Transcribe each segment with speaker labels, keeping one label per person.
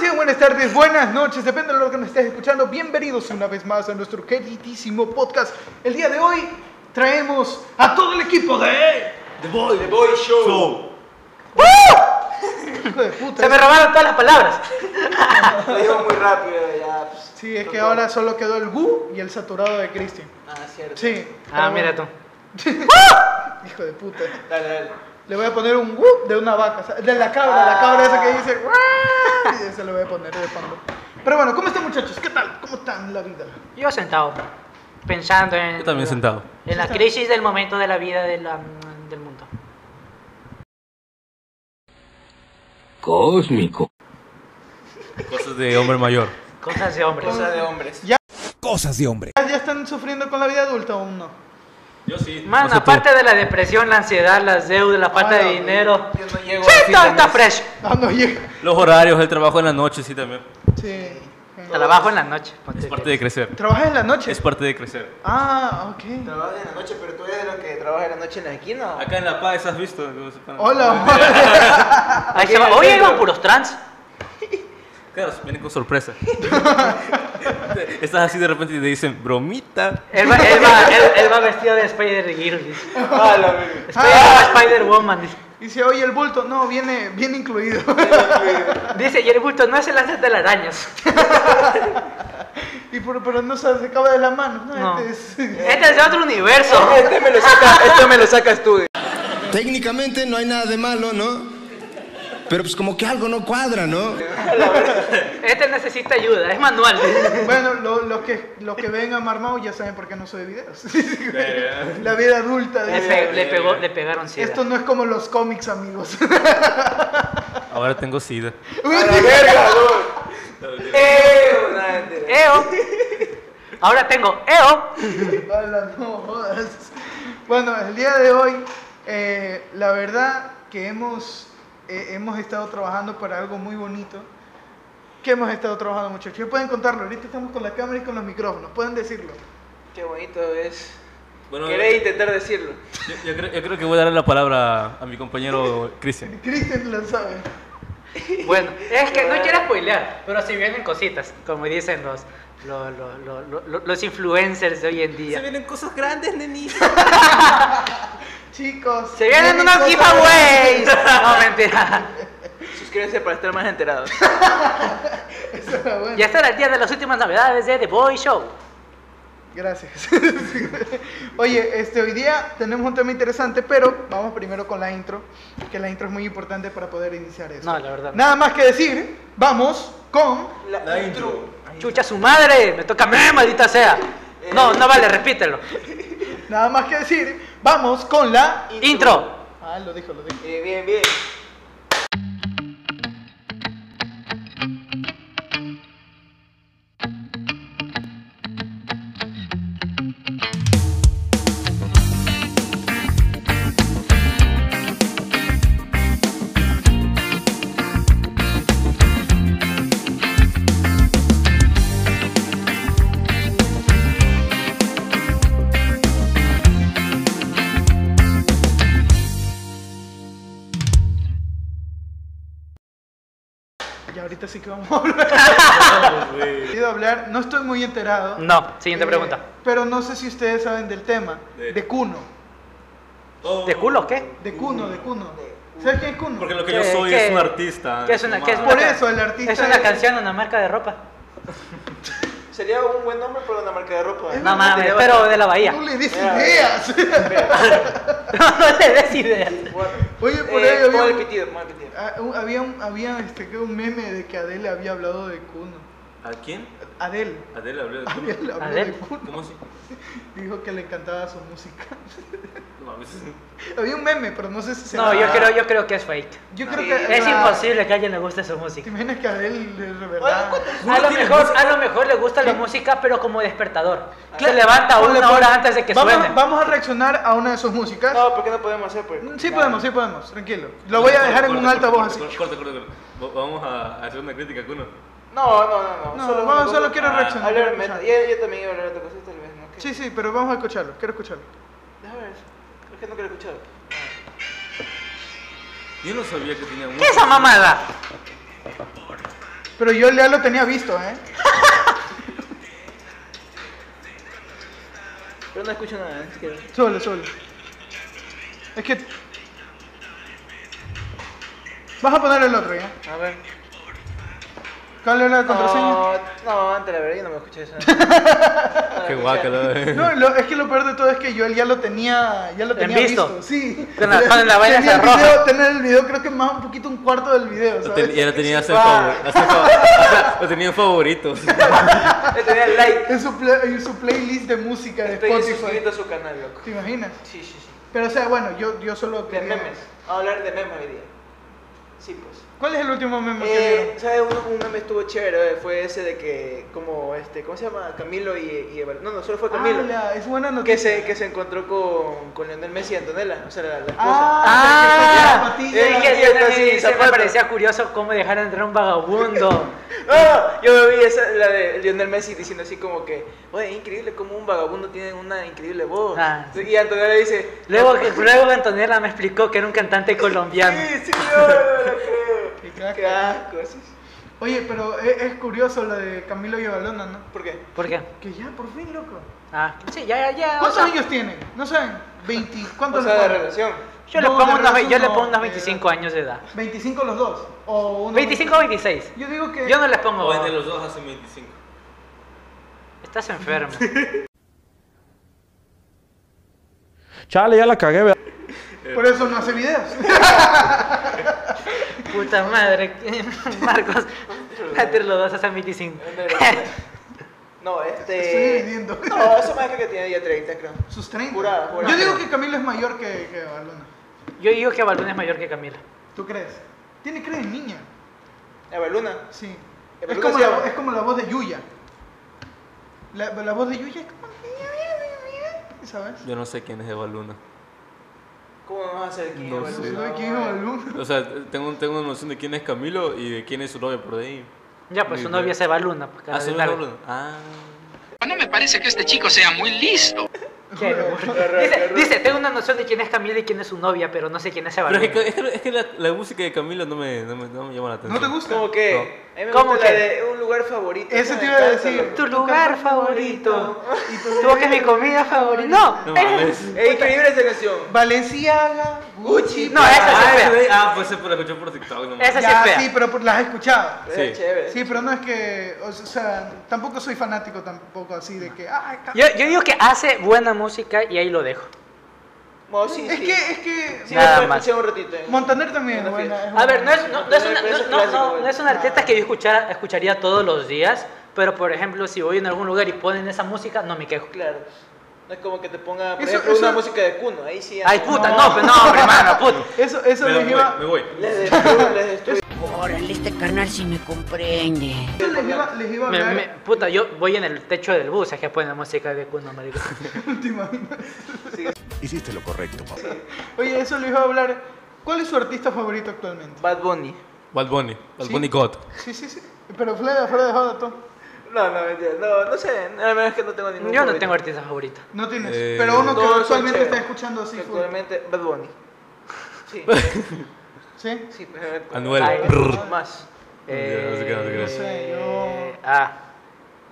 Speaker 1: días, buenas tardes, buenas noches, depende de lo que nos estés escuchando. Bienvenidos una vez más a nuestro queridísimo podcast. El día de hoy traemos a todo el equipo de
Speaker 2: The Boy,
Speaker 3: The Boy Show.
Speaker 1: Hijo de puta.
Speaker 4: Se me robaron todas las palabras.
Speaker 3: Lo dijo muy rápido ya. pues,
Speaker 1: Sí, es que
Speaker 3: tocó.
Speaker 1: ahora solo quedó el Gu y el saturado de Christian.
Speaker 3: Ah, cierto.
Speaker 1: Sí. pero
Speaker 4: Ah, mira tú.
Speaker 1: bueno. Hijo de puta.
Speaker 3: Dale, dale.
Speaker 1: Le voy a poner un Gu de una vaca, ¿sabes? de la cabra,
Speaker 4: Ah.
Speaker 1: la cabra esa que dice. "Guau", Y se lo voy a poner de fondo. Pero bueno, ¿cómo están muchachos? ¿Qué tal? ¿Cómo están la vida?
Speaker 4: Yo sentado, pensando en.
Speaker 2: Yo también sentado.
Speaker 4: En la crisis del momento de la vida de la- del mundo.
Speaker 5: Cósmico.
Speaker 2: Cosas de hombre mayor.
Speaker 4: Cosas de hombres.
Speaker 3: Cosa de hombres.
Speaker 1: Ya,
Speaker 6: Cosas de hombre.
Speaker 1: ya están sufriendo con la vida adulta aún no.
Speaker 2: Yo sí.
Speaker 4: Man, aparte de la depresión, la ansiedad, las deudas, la falta
Speaker 1: Ah,
Speaker 4: de
Speaker 1: no,
Speaker 4: dinero.
Speaker 3: Yo no llego. al
Speaker 4: Sí,
Speaker 3: fin
Speaker 4: todo
Speaker 3: de
Speaker 4: está
Speaker 3: mes.
Speaker 4: fresh.
Speaker 1: Ah, no llega.
Speaker 2: Los horarios, el trabajo en la noche, sí también.
Speaker 1: Sí.
Speaker 4: Trabajo en la noche. ponte
Speaker 2: Es
Speaker 4: que-
Speaker 2: parte de crecer.
Speaker 1: ¿Trabajas en la noche?
Speaker 2: Es parte de crecer.
Speaker 1: Ah, ok.
Speaker 3: Trabajas en la noche, pero tú eres de los que trabaja en la noche en la esquina.
Speaker 2: Acá en La Paz, ¿has visto?
Speaker 1: Hola.
Speaker 4: Ahí se va. Oye, iban puros trans.
Speaker 2: Claro, vienen con sorpresa. Estás así de repente y te dicen, bromita.
Speaker 4: Él va, él va, él, él va vestido de Spider-Girl. dice.
Speaker 3: Ah, la verga.
Speaker 4: Spider- Spider-Woman. dice.
Speaker 1: Dice, oye, el bulto. No, viene, viene incluido.
Speaker 4: Dice, y el bulto no es el lanza de arañas.
Speaker 1: y por, pero no se acaba de la mano. No,
Speaker 4: No.
Speaker 1: Este es...
Speaker 4: Este es de otro universo.
Speaker 3: Este me lo saca, este me lo sacas tú.
Speaker 6: Técnicamente no hay nada de malo, ¿no? Pero pues como que algo no cuadra, ¿no?
Speaker 4: Este necesita ayuda. Es manual. dice.
Speaker 1: Bueno, lo- los que, los que ven a Marmao ya saben por qué no sube videos. la vida adulta.
Speaker 4: Le,
Speaker 1: dice.
Speaker 4: pe- le pegó, le pegaron sida.
Speaker 1: Esto no es como los cómics, amigos.
Speaker 2: Ahora tengo sida.
Speaker 3: A la verga, bro. Eh, nada, entera.
Speaker 4: ¡Eo! Ahora tengo EO.
Speaker 1: Ala, no jodas. Bueno, el día de hoy, eh, la verdad que hemos, eh, hemos estado trabajando para algo muy bonito. que hemos estado trabajando, muchachos? Ya Pueden contarlo, ahorita estamos con la cámara y con los micrófonos, pueden decirlo.
Speaker 3: Qué bonito es.
Speaker 2: Bueno,
Speaker 3: Querés intentar decirlo.
Speaker 2: yo, yo creo, yo creo que voy a darle la palabra a mi compañero Cristian.
Speaker 1: Cristian lo sabe.
Speaker 4: Bueno, es que no quiero spoilear, pero si vienen cositas, como dicen los, los, los, los, los- los influencers de hoy en día.
Speaker 2: vienen cosas grandes, nenito.
Speaker 1: Chicos.
Speaker 4: Se vienen unos
Speaker 1: cosas-
Speaker 4: giveaways. No, mentira.
Speaker 3: Suscríbete para estar más enterados.
Speaker 1: Eso era bueno.
Speaker 4: Ya está el día de las últimas novedades de The Boy Show.
Speaker 1: Gracias. Oye, este, hoy día tenemos un tema interesante, pero vamos primero con la intro, que la intro es muy importante para poder iniciar esto.
Speaker 4: No, la verdad. no.
Speaker 1: Nada más que decir, vamos con
Speaker 3: La, intro.
Speaker 4: Chucha su madre, me toca a mí, maldita sea. No, no vale, repítelo.
Speaker 1: Nada más que decir, vamos con la.
Speaker 4: Intro.
Speaker 1: Ah, lo dijo, lo dijo.
Speaker 3: Eh, bien, bien.
Speaker 1: Y ahorita sí que vamos a hablar. Quiero hablar, no estoy muy enterado.
Speaker 4: No, siguiente
Speaker 1: Eh,
Speaker 4: pregunta.
Speaker 1: Pero no sé si ustedes saben del tema.
Speaker 2: De-
Speaker 1: De Cuno.
Speaker 4: ¿De culo qué?
Speaker 1: De Cuno, de Cuno. ¿Sabes quién es Cuno?
Speaker 2: Porque lo que yo
Speaker 4: ¿Qué-
Speaker 2: soy
Speaker 4: qué-
Speaker 2: es un artista.
Speaker 4: qué es una- qué es
Speaker 2: Mamá.
Speaker 4: una-
Speaker 1: Por eso el artista.
Speaker 4: Es una canción, una marca de ropa.
Speaker 3: Sería un buen nombre para una marca de ropa.
Speaker 4: No mames, pero de la bahía.
Speaker 1: No le des
Speaker 3: Ya.
Speaker 1: ideas.
Speaker 4: No te des ideas.
Speaker 3: Bueno,
Speaker 1: Oye, por
Speaker 3: eh,
Speaker 1: ahí había
Speaker 3: pon el
Speaker 1: un-
Speaker 3: pitido, pon el pitido.
Speaker 1: Ah, un- había un, había este, que un meme de que Adele había hablado de Cuno.
Speaker 2: ¿A quién?
Speaker 1: Adele.
Speaker 2: Adela, hablé de culo.
Speaker 1: Adele habló
Speaker 4: Adele.
Speaker 1: de Cuno.
Speaker 2: ¿Cómo así?
Speaker 1: Dijo que le encantaba su música.
Speaker 2: No, a veces-
Speaker 1: Había un meme, pero no sé si se
Speaker 4: No, yo creo, yo creo que es fake.
Speaker 1: Yo
Speaker 3: No.
Speaker 1: creo
Speaker 3: Sí,
Speaker 1: que.
Speaker 4: Es
Speaker 1: la-
Speaker 4: imposible que a alguien le guste su
Speaker 1: ¿Te
Speaker 4: música.
Speaker 1: imaginas que a él de verdad?
Speaker 4: A lo,
Speaker 2: tiene
Speaker 4: mejor,
Speaker 2: música.
Speaker 4: a lo mejor le gusta la música, pero como despertador. Se
Speaker 1: Claro.
Speaker 4: levanta
Speaker 1: Ponle,
Speaker 4: una
Speaker 1: ponle.
Speaker 4: hora antes de que
Speaker 1: vamos,
Speaker 4: suene.
Speaker 1: Vamos a reaccionar a una de sus músicas.
Speaker 3: No, ¿por qué no podemos hacer? Pues?
Speaker 1: Sí
Speaker 3: Nah.
Speaker 1: podemos, sí podemos, tranquilo. Lo voy a dejar en
Speaker 2: Corta,
Speaker 1: un alta voz
Speaker 2: corta,
Speaker 1: así.
Speaker 2: corta, Corta, corta, corta. Va- Vamos a hacer una crítica, Cuno.
Speaker 3: No, no, no, no.
Speaker 1: No,
Speaker 3: solo,
Speaker 1: vamos,
Speaker 3: una
Speaker 1: solo
Speaker 3: cosa.
Speaker 1: quiero
Speaker 2: Ah,
Speaker 1: reaccionar. quiero
Speaker 3: Hablar meta.
Speaker 1: escuchar.
Speaker 3: Yo, yo también iba a hablar de cosas tal vez, ¿no? ¿Qué?
Speaker 1: Sí, sí, pero vamos a escucharlo, quiero escucharlo.
Speaker 3: Déjame ver. ¿Por qué no quiero escuchar?
Speaker 2: Yo no sabía que tenía
Speaker 4: ¿Qué es esa mamada?
Speaker 1: Pero yo ya lo tenía visto, ¿eh?
Speaker 3: Pero no escucho nada. es que-
Speaker 1: Solo, solo. Es que. Vas a poner el otro ya.
Speaker 3: A ver.
Speaker 1: ¿Cuál era la contraseña?
Speaker 3: No, no, antes la verdad yo no me escuché eso.
Speaker 2: Qué guácalo, eh.
Speaker 1: No, lo- es que lo peor de todo es que yo ya lo tenía, ya lo
Speaker 4: ¿En
Speaker 1: tenía
Speaker 4: visto?
Speaker 1: visto. Sí.
Speaker 4: Con la- con la vaina
Speaker 1: tenía el
Speaker 4: roja.
Speaker 1: video, tener el video creo que más un poquito un cuarto del video,
Speaker 2: Lo
Speaker 1: ¿sabes?
Speaker 2: ten- ya lo tenía hasta
Speaker 3: Ah.
Speaker 2: favor- hasta favor- Lo tenía en favoritos.
Speaker 3: Yo tenía el like.
Speaker 1: En su, pla- en su playlist de música de
Speaker 3: Estoy
Speaker 1: Spotify.
Speaker 3: suscrito a su canal, loco.
Speaker 1: ¿Te imaginas?
Speaker 3: Sí, sí, sí.
Speaker 1: Pero o sea, bueno, yo, yo solo
Speaker 3: De
Speaker 1: quería-
Speaker 3: memes. Vamos a hablar de memes hoy día. Sí, pues.
Speaker 1: ¿Cuál es el último meme que
Speaker 3: Eh,
Speaker 1: vieron?
Speaker 3: ¿Sabes? Un, un meme estuvo chévere, eh, fue ese de que, como, este, ¿cómo se llama? Camilo y, y Eval- No, no, solo fue Camilo.
Speaker 1: Ala, Ah, es buena
Speaker 3: que,
Speaker 1: noticia.
Speaker 3: se, que se encontró con, con Leonel Messi y Antonella, o sea, la, la esposa.
Speaker 1: Ah,
Speaker 4: Ah,
Speaker 1: que
Speaker 3: eh,
Speaker 1: se
Speaker 3: que-
Speaker 1: ponía
Speaker 3: y esto
Speaker 4: Dije,
Speaker 3: sí,
Speaker 4: sí, se me
Speaker 3: zapato.
Speaker 4: parecía curioso cómo dejar entrar un vagabundo.
Speaker 3: No, yo vi esa, la de Lionel Messi diciendo así como que, oye, es increíble cómo un vagabundo tiene una increíble voz.
Speaker 4: Ah,
Speaker 3: Y Antonella le dice,
Speaker 4: Luego, que- luego Antonella me explicó que era un cantante colombiano.
Speaker 3: sí, sí, yo no lo creo.
Speaker 1: Qué caca.
Speaker 3: Qué asco, sí, sí.
Speaker 1: Oye, pero es, es curioso lo de Camilo y Balona, ¿no?
Speaker 3: ¿Por qué?
Speaker 4: ¿Por qué?
Speaker 1: Que ya, por fin, loco.
Speaker 4: Ah, sí, ya, ya, ya. o
Speaker 1: ¿Cuántos
Speaker 4: sea,
Speaker 1: años tienen? ¿No saben? 20,
Speaker 3: O
Speaker 1: ¿Cuántos
Speaker 3: sea,
Speaker 1: le
Speaker 3: de
Speaker 1: ponen?
Speaker 3: relación.
Speaker 4: Yo, le
Speaker 1: No,
Speaker 4: pongo
Speaker 1: de
Speaker 4: unos, ve- yo
Speaker 1: relación
Speaker 4: le
Speaker 1: no,
Speaker 4: pongo unos
Speaker 1: de
Speaker 4: 25 años de edad.
Speaker 1: 25 los dos. O uno
Speaker 4: 25 o 26.
Speaker 1: Yo digo que.
Speaker 4: Yo no les pongo.
Speaker 2: O entre los dos hace 25.
Speaker 4: Estás enfermo.
Speaker 5: Chale, ya la cagué, ¿verdad?
Speaker 1: Por eso no hace videos.
Speaker 4: Puta madre. Marcos, entre los dos hacen 25.
Speaker 3: No,
Speaker 1: Estoy
Speaker 3: este...
Speaker 1: dividiendo.
Speaker 3: No, eso me dijo que tenía ya 30, creo.
Speaker 1: Sus 30.
Speaker 3: Jurada, jurada.
Speaker 1: Yo digo que Camilo es mayor que, que Balona.
Speaker 4: Yo digo que Balón es mayor que Camila.
Speaker 1: ¿Tú crees? Tiene crees de niña.
Speaker 3: Evaluna.
Speaker 1: Sí.
Speaker 3: ¿Pero
Speaker 1: Es
Speaker 3: tú
Speaker 1: como,
Speaker 3: decías?
Speaker 1: la, es como la voz de Yuya. La, la voz de Yuya es como. ¿Sabes?
Speaker 2: Yo no sé quién es Eva Luna.
Speaker 3: ¿Cómo vamos a hacer aquí?
Speaker 2: No
Speaker 1: No
Speaker 2: sé.
Speaker 1: sabe quién es Baluna.
Speaker 2: O sea, tengo, tengo una noción de quién es Camilo y de quién es su novia por ahí.
Speaker 4: Ya, pues su
Speaker 2: Muy bien.
Speaker 4: novia se va luna. pues, cada
Speaker 2: Ah, solo
Speaker 4: vez
Speaker 2: es
Speaker 4: largo.
Speaker 2: Eva Luna. Ah.
Speaker 7: No me parece que este chico sea muy listo.
Speaker 4: Qué burro. Dice, dice, tengo una noción de quién es Camila y quién es su novia, pero no sé quién es
Speaker 2: Pero
Speaker 4: Evaluna.
Speaker 2: es que, es que, es que la, la música de Camilo no me, no me, no me llama la atención.
Speaker 1: ¿No te gusta?
Speaker 3: ¿Cómo que? A mí me
Speaker 4: ¿Cómo
Speaker 3: gusta la
Speaker 4: que?
Speaker 3: de un lugar favorito.
Speaker 1: Ese
Speaker 3: me
Speaker 1: te iba a
Speaker 3: encanta,
Speaker 1: decir.
Speaker 2: eh.
Speaker 3: loco.
Speaker 4: Tu lugar favorito. Tu boca es mi comida favorita. No,
Speaker 2: No
Speaker 4: eh,
Speaker 2: mames.
Speaker 3: Es increíble esa canción.
Speaker 1: Valenciaga, Gucci.
Speaker 4: No, esa sí es fea.
Speaker 2: Ah, pues se la escuchó por TikTok. No,
Speaker 4: Esa sí
Speaker 1: Ya,
Speaker 4: es fea.
Speaker 1: sí, pero por- las he escuchado.
Speaker 3: Es
Speaker 2: Sí.
Speaker 3: chévere.
Speaker 1: Sí, pero no es que, o sea, tampoco soy fanático tampoco así de que, ah, ay, ca-
Speaker 4: Yo, yo digo que hace buena música y ahí lo dejo.
Speaker 3: No, sí,
Speaker 1: es
Speaker 3: sí.
Speaker 1: que, es que,
Speaker 3: Sí,
Speaker 4: Nada
Speaker 3: lo
Speaker 4: más.
Speaker 3: escuché un ratito. eh. en-
Speaker 1: Montaner también es
Speaker 3: en la
Speaker 1: buena.
Speaker 3: fiesta.
Speaker 1: es
Speaker 4: A
Speaker 1: buena.
Speaker 4: ver, no es, no, no es, una,
Speaker 3: Pero eso
Speaker 4: no,
Speaker 3: es
Speaker 4: no,
Speaker 3: clásico,
Speaker 4: no,
Speaker 3: güey.
Speaker 4: no es un artista que yo escuchara- escucharía todos los días, pero por ejemplo, si voy en algún lugar y ponen esa música, no me quejo.
Speaker 3: Claro. No es como que te ponga, por
Speaker 1: Eso-
Speaker 3: ejemplo,
Speaker 1: eso-
Speaker 3: una música de cuno. Ahí sí.
Speaker 4: Ay,
Speaker 3: anda.
Speaker 4: puta, no, pues, no, hombre, mano, puta.
Speaker 1: Eso, eso
Speaker 2: me,
Speaker 1: les iba,
Speaker 2: voy, me voy.
Speaker 3: Les destruyo, les destruyo.
Speaker 8: Órale, este canal si me comprende.
Speaker 1: eso les iba, les iba a
Speaker 4: Me-
Speaker 1: hablar,
Speaker 4: me- puta, yo voy en el techo del bus, es que ponen música de cuno, marico.
Speaker 1: ¿te imaginas?
Speaker 9: Hiciste lo correcto, papá.
Speaker 1: Oye, eso les iba a hablar. ¿Cuál es su artista favorito actualmente?
Speaker 3: Bad Bunny.
Speaker 2: Bad Bunny. Bad
Speaker 1: Sí.
Speaker 2: Bunny God.
Speaker 1: Sí, sí, sí. Pero fuera, fuera de joda, tú.
Speaker 3: No, no, mentira. No, no sé. A la verdad es que no tengo ningún
Speaker 4: Yo no
Speaker 3: favorito.
Speaker 4: tengo artista favorito.
Speaker 1: No tienes.
Speaker 2: Eh,
Speaker 1: pero uno que
Speaker 3: todos son
Speaker 1: actualmente
Speaker 3: chéveres.
Speaker 1: está escuchando así. full.
Speaker 3: Actualmente, Bad Bunny. Sí,
Speaker 1: ¿Sí?
Speaker 3: sí, pues a ver.
Speaker 2: Anuel.
Speaker 4: Ay,
Speaker 2: Brr.
Speaker 3: Más.
Speaker 4: Eh,
Speaker 2: no sé qué, no sé qué.
Speaker 1: No sé, yo-
Speaker 4: Ah,